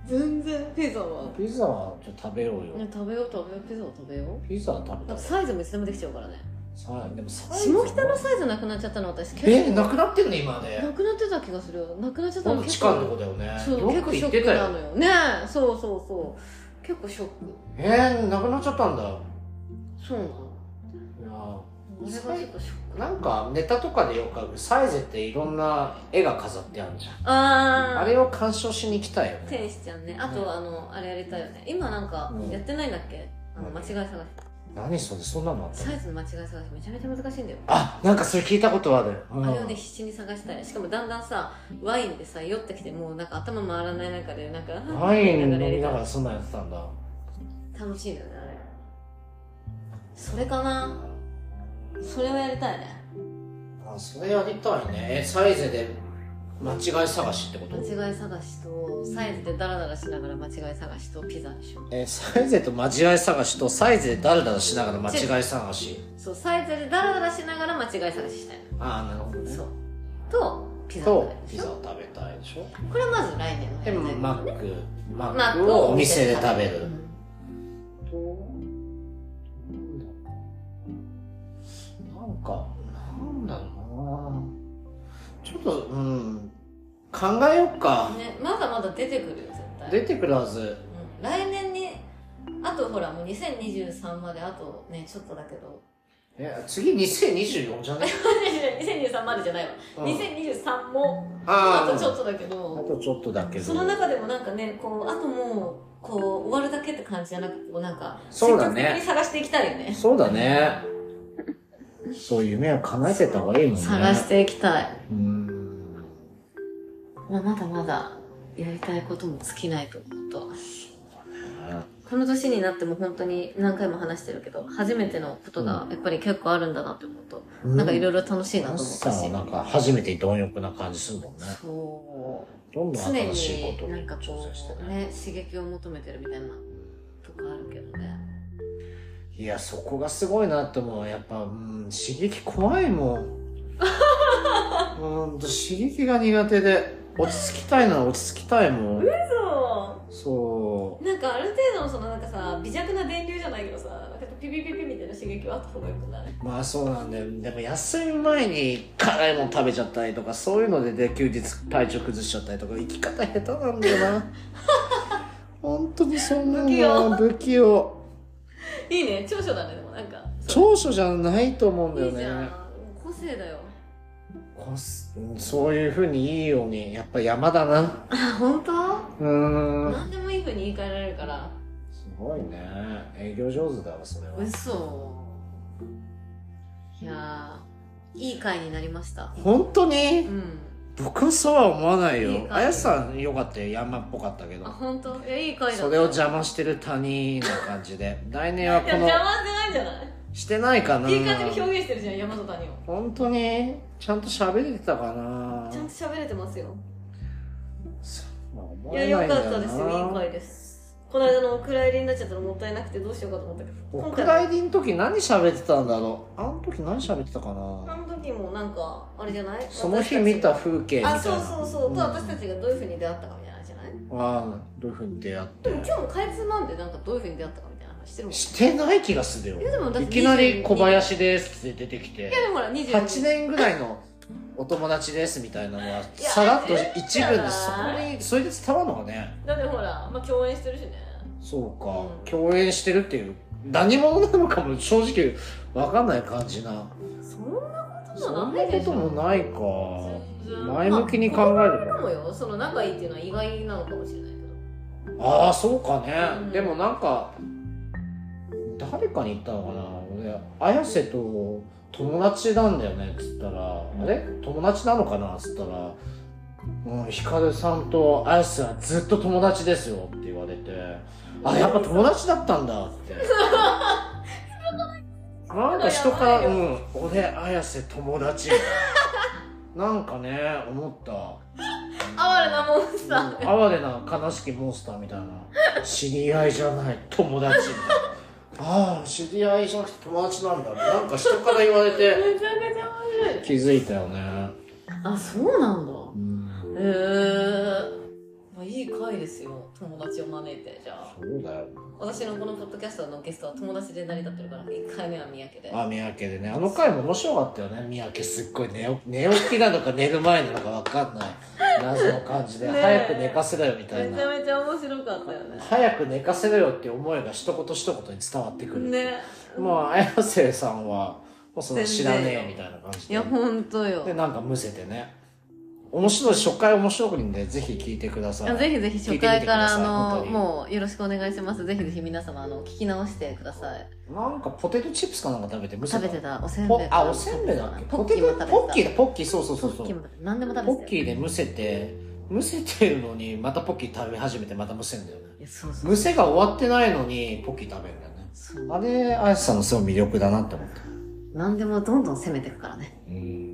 Speaker 1: 全然ピザは
Speaker 2: うんピザはちょっと食べようよ
Speaker 1: ね食べよう食べようピザを食べよう
Speaker 2: ピザ食べ
Speaker 1: だ
Speaker 2: た
Speaker 1: ってサイズもいつでもできちゃうからね
Speaker 2: さあでもさ
Speaker 1: 下北のサイズなくなっちゃったの私結構
Speaker 2: えなくなってんの今
Speaker 1: な
Speaker 2: ね
Speaker 1: くなってた気がするよなくなっちゃった
Speaker 2: ほん
Speaker 1: の
Speaker 2: と地下のとこだよね
Speaker 1: そう
Speaker 2: よ
Speaker 1: 結構
Speaker 2: く
Speaker 1: シ
Speaker 2: 行
Speaker 1: ョッ
Speaker 2: って
Speaker 1: ク
Speaker 2: た
Speaker 1: な
Speaker 2: よ
Speaker 1: のよねえそうそうそう結構ショック
Speaker 2: えー、なくなっちゃったんだい
Speaker 1: そうなの
Speaker 2: や
Speaker 1: あれがちょっとショック
Speaker 2: なんかネタとかでよくあるサイゼっていろんな絵が飾ってあるじゃん
Speaker 1: あー
Speaker 2: あれを鑑賞しに行きたいよね
Speaker 1: 天使ちゃんねあと、
Speaker 2: うん
Speaker 1: あのあれやりたいよね今なんか
Speaker 2: うん
Speaker 1: やってないんだっけ、あの
Speaker 2: うん
Speaker 1: 間違い探し
Speaker 2: 何それそんなのあった
Speaker 1: サ
Speaker 2: の
Speaker 1: イズの間違い探しめちゃめちゃ難しいんだよ、
Speaker 2: あなんかそれ聞いたことある、うん
Speaker 1: あれをね必死に探したいしかもだんだんさワインでさ酔ってきてもうなんか頭回らない中でなんか
Speaker 2: ワイン飲みなが
Speaker 1: い
Speaker 2: らそんなんやってたんだ
Speaker 1: 楽しいんだよねあれそれかなそれをやりたいね
Speaker 2: あそれやりたいねえサイゼで間違い探しってこと
Speaker 1: 間違い探しとサイズでダラダラしながら間違い探しとピザでしょ
Speaker 2: えサイゼと間違い探しとサイゼでダラダラしながら間違い探し
Speaker 1: そうサイズでダラダラしながら間違い探ししたい
Speaker 2: ああなるほど
Speaker 1: の
Speaker 2: ね
Speaker 1: そうとピザ食べる
Speaker 2: と
Speaker 1: で
Speaker 2: ピ
Speaker 1: し
Speaker 2: ザ
Speaker 1: ょ
Speaker 2: を食べたいでしょ
Speaker 1: これはまず来年の
Speaker 2: で
Speaker 1: やり
Speaker 2: も
Speaker 1: たい
Speaker 2: マ
Speaker 1: ことね
Speaker 2: ック
Speaker 1: マ
Speaker 2: マッ
Speaker 1: ッ
Speaker 2: ク
Speaker 1: クを
Speaker 2: をお店で食べる
Speaker 1: うん
Speaker 2: となんだろうっと、うん、考えよっか。
Speaker 3: ね、まだまだ出てくるよ絶対
Speaker 2: 出てくるはず。
Speaker 3: うん来年にあとほらもう2023まであとねちょっとだけど
Speaker 2: え、次2024じゃね
Speaker 3: 2023までじゃないわ、
Speaker 2: うん
Speaker 3: 2023も
Speaker 2: あ
Speaker 3: あ
Speaker 2: ー
Speaker 3: とちょっとだけ
Speaker 2: あ
Speaker 3: ど
Speaker 2: とちょっとだけど。
Speaker 3: その中でもなんかねこうあともうこう終わるだけって感じじゃなくてこうなんか
Speaker 2: そうだね
Speaker 3: 積極的に探していきたいよね
Speaker 2: そうだね。そう、夢を叶えてた方がいいもんね。
Speaker 1: 探していきたい。
Speaker 2: うん。
Speaker 1: まあ、まだまだやりたいことも尽きないと思うと。この年になっても本当に何回も話してるけど、初めてのことがやっぱり結構あるんだなって思うと、なんかいろい
Speaker 2: い
Speaker 1: ろ楽しいなと思ったし。
Speaker 2: なんか初めて貪欲な感じするもんね。
Speaker 1: そ
Speaker 2: どん
Speaker 1: う。
Speaker 2: ど
Speaker 1: 常
Speaker 2: ん新しいこと
Speaker 1: になん
Speaker 2: に
Speaker 1: か
Speaker 2: 挑
Speaker 1: こ
Speaker 2: 戦して
Speaker 1: う、
Speaker 2: ね。
Speaker 1: ね、刺激を求めてるみたいなとこあるけどね。
Speaker 2: いや、そこがすごいなって思う。やっぱ、うん、刺激怖いもん。 うんと、刺激が苦手で、落ち着きたいなら落ち着きたいもん。
Speaker 3: そ
Speaker 2: そう
Speaker 3: なんかある程度のそのなんかさ微弱な電流じゃないけどさなんかピピピピみたいな刺激はあった方がよくない、
Speaker 2: まあそうなんだよ。でも休み前に辛いもん食べちゃったりとか、そういうのでで休日体調崩しちゃったりとか、生き方下手なんだよ な。本当にそんなのは不器用。
Speaker 3: いいね長所だねでもなんかそう
Speaker 2: 長所じゃないと思うんだ
Speaker 3: い
Speaker 2: よ
Speaker 3: いじゃ
Speaker 2: ね
Speaker 3: ん。個性だよ
Speaker 2: こすうんそういうふうにいいように、やっぱ山だな。
Speaker 1: あ、本当
Speaker 2: うーん。
Speaker 3: 何でもいいふうに言い換えられるから
Speaker 2: すごいね。営業上手だわ、それは。
Speaker 1: 嘘いやーいい回になりました
Speaker 2: 本当
Speaker 1: う
Speaker 2: に
Speaker 1: ん
Speaker 2: 僕はそうは思わない
Speaker 3: いい
Speaker 2: よ。
Speaker 3: か
Speaker 2: あやさんよかったよ。山っぽかったけど
Speaker 3: あ。本当いやいい回だ
Speaker 2: それを
Speaker 3: じゃ
Speaker 2: 邪魔してる谷な感 じで。来年はい
Speaker 3: や
Speaker 2: この
Speaker 3: 邪、魔してないんじゃない
Speaker 2: してないかない
Speaker 3: い感じに表現してるじゃん山と谷を
Speaker 2: 本当にちゃんと喋れてたかな
Speaker 3: ちゃんと喋れてますよ
Speaker 2: そうは思
Speaker 3: い
Speaker 2: え
Speaker 3: や
Speaker 2: な
Speaker 3: 良
Speaker 2: んだ
Speaker 3: か
Speaker 2: な
Speaker 3: ったですよいい回ですこの間のお蔵入りになっちゃったのもったいなくてどうしようかと思ったけど
Speaker 2: お
Speaker 3: 今
Speaker 2: 蔵
Speaker 3: 回
Speaker 2: 入りの時何喋ってたんだろうあの時何喋ってたか
Speaker 3: あ
Speaker 2: な
Speaker 3: の時もなんかあれじゃない
Speaker 2: その日見た風景みたい
Speaker 3: あ
Speaker 2: な
Speaker 3: そうそうそう、
Speaker 2: ん
Speaker 3: と私たちがどういうふうに出会ったかみたいな話じゃない
Speaker 2: あーどういうふうに出会っ
Speaker 3: でも
Speaker 2: て
Speaker 3: 今日もかいつまんでなんかどういうふうに出会ったかみたいな話してるもん
Speaker 2: してない気がするよ
Speaker 3: いやでもだって
Speaker 2: いきなり
Speaker 3: 22
Speaker 2: 小林ですって出てきて
Speaker 3: いやでもほら22
Speaker 2: 8年ぐらいのお友達ですみたいなのはさらっと一文でそこにそれで伝わるのがね
Speaker 3: だってほら、まあ、共演してるしね
Speaker 2: そうか、
Speaker 3: うん
Speaker 2: 共演してるっていう何者なのかも正直わかんない感じな
Speaker 3: そんなこと
Speaker 2: そ
Speaker 3: も
Speaker 2: ん
Speaker 3: な
Speaker 2: ない
Speaker 3: で
Speaker 2: こ
Speaker 3: しょ
Speaker 2: ともないか
Speaker 3: 全然
Speaker 2: 前向きに考える
Speaker 3: まあ
Speaker 2: か
Speaker 3: 子供もよその仲いいっていうのは意外なのかもしれないけど
Speaker 2: ああそうかね、
Speaker 3: うん
Speaker 2: でもなんか誰かに言ったのかな俺綾瀬と友達なんだよねっつったら、あれ友達なのかなっつったらうん、ヒカルさんと綾瀬はずっと友達ですよって言われて、あ、やっぱ友達だったんだ って。なんか人か
Speaker 3: やばい
Speaker 2: ら、
Speaker 3: よ
Speaker 2: うん、俺、綾瀬友達。なんかね、思った。
Speaker 3: 哀れなもんさ、ん、
Speaker 2: 哀れな悲しきモンスターみたいな知り合いじゃない友達みたいなああ知り合いじゃなくて友達なんだなんか人から言われて
Speaker 3: めちゃくちゃ面白い
Speaker 2: 気づいたよね
Speaker 1: あそうなんだ
Speaker 2: うん
Speaker 3: へえまあ、いい回ですよ友達を招いてじゃあ
Speaker 2: そうだよ
Speaker 3: 私のこのポッドキャストのゲストは友達で成り立ってるから1回目は三宅で
Speaker 2: あ三宅でねあの回も面白かったよね三宅すっごい寝起き寝起きなのか寝る前なのか分かんない謎の感じで
Speaker 3: ねえ
Speaker 2: 早く寝かせろよみたい
Speaker 3: めちゃ
Speaker 2: な
Speaker 3: めちゃ面白かったよね
Speaker 2: 早く寝かせろよって思いが一言一言に伝わってくる
Speaker 3: ね
Speaker 2: もう綾瀬さんはもうその知らねえよみたいな感じ
Speaker 1: い
Speaker 2: で
Speaker 1: やほんとよ
Speaker 2: で、なんかむせてね。面白い、初回面白いんで、ぜひ聞いてください。
Speaker 1: ぜひぜひ初回からあ
Speaker 2: 聞い
Speaker 1: の
Speaker 2: てみてください本当に
Speaker 1: もうよろしくお願いしますぜひぜひ皆様あの聞き直してください
Speaker 2: なんかポテトチップスかなんか食べて、むせ
Speaker 1: 食べて。たおせん
Speaker 2: ポ
Speaker 1: べい
Speaker 2: あ、おせんべいだっけ
Speaker 1: ポ
Speaker 2: ポ
Speaker 1: ッ
Speaker 2: テ
Speaker 1: キーも食
Speaker 2: ト
Speaker 1: べてた
Speaker 2: ポッキーだ、ポッキー、そうそうそうそ
Speaker 1: ポッキー
Speaker 2: う。
Speaker 1: も何でも食べ
Speaker 2: ポ
Speaker 1: てた
Speaker 2: ッ
Speaker 1: よ
Speaker 2: キーでむせて、むせてるのに、またポッキー食べ始めて、またむせんだよね。
Speaker 1: いやそうそう
Speaker 2: むせが終わってないのに、ポッキー食べるんだよね。
Speaker 1: そう
Speaker 2: あれ、あやさんのすごい魅力だなって思った。
Speaker 1: 何でもどんどん攻めてくからね
Speaker 2: うん。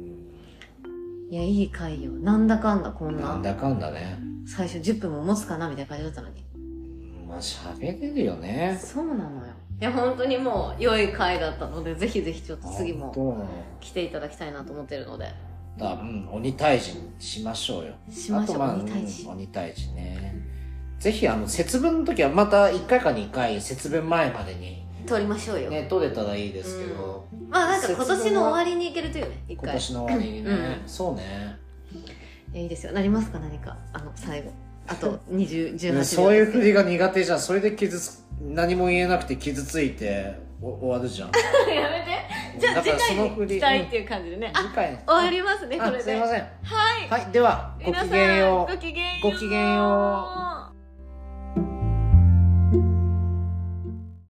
Speaker 1: いやいい回よなんだかんだこん
Speaker 2: な
Speaker 1: なん
Speaker 2: だかんだね。
Speaker 1: 最初10分も持つかなみたいな感じだったのに
Speaker 2: まあ、喋れるよね。
Speaker 1: そうなのよいや本当にもう良い回だったのでぜひぜひちょっと次も
Speaker 2: 本当
Speaker 1: 来ていただきたいなと思ってるので
Speaker 2: だうん、鬼退治しましょうよ。
Speaker 1: しましょう
Speaker 2: あとまあ
Speaker 1: 鬼退治
Speaker 2: うん鬼退治ね。ぜひ、あの、節分の時はまた1回か2回、節分前までに、
Speaker 1: 通りましょうよ、
Speaker 2: ね、取れたらいいですけど、
Speaker 1: まあなんか今年の終わりに行けるというね一
Speaker 2: 今
Speaker 1: 回
Speaker 2: 年の終わりにね、
Speaker 1: う
Speaker 2: そうね。
Speaker 1: いやいいですよ。なりますか何か。あの、最後。あ と、20、18秒。
Speaker 2: そういう振りが苦手じゃん。それで傷つ、何も言えなくて傷ついてお終わ るじゃん。
Speaker 3: やめてじゃあ
Speaker 2: だか
Speaker 3: 次
Speaker 2: らそ
Speaker 3: 回
Speaker 2: の
Speaker 3: に
Speaker 2: 振り
Speaker 3: 行きたいっていう感じでねあ
Speaker 2: 次回の。
Speaker 3: 終わりますねこ
Speaker 2: あ
Speaker 3: れです
Speaker 2: いません。
Speaker 3: はい
Speaker 2: はい、では、ご
Speaker 3: 皆さ
Speaker 2: きげんよう。
Speaker 3: ごきげんよう
Speaker 2: ごきげんよう。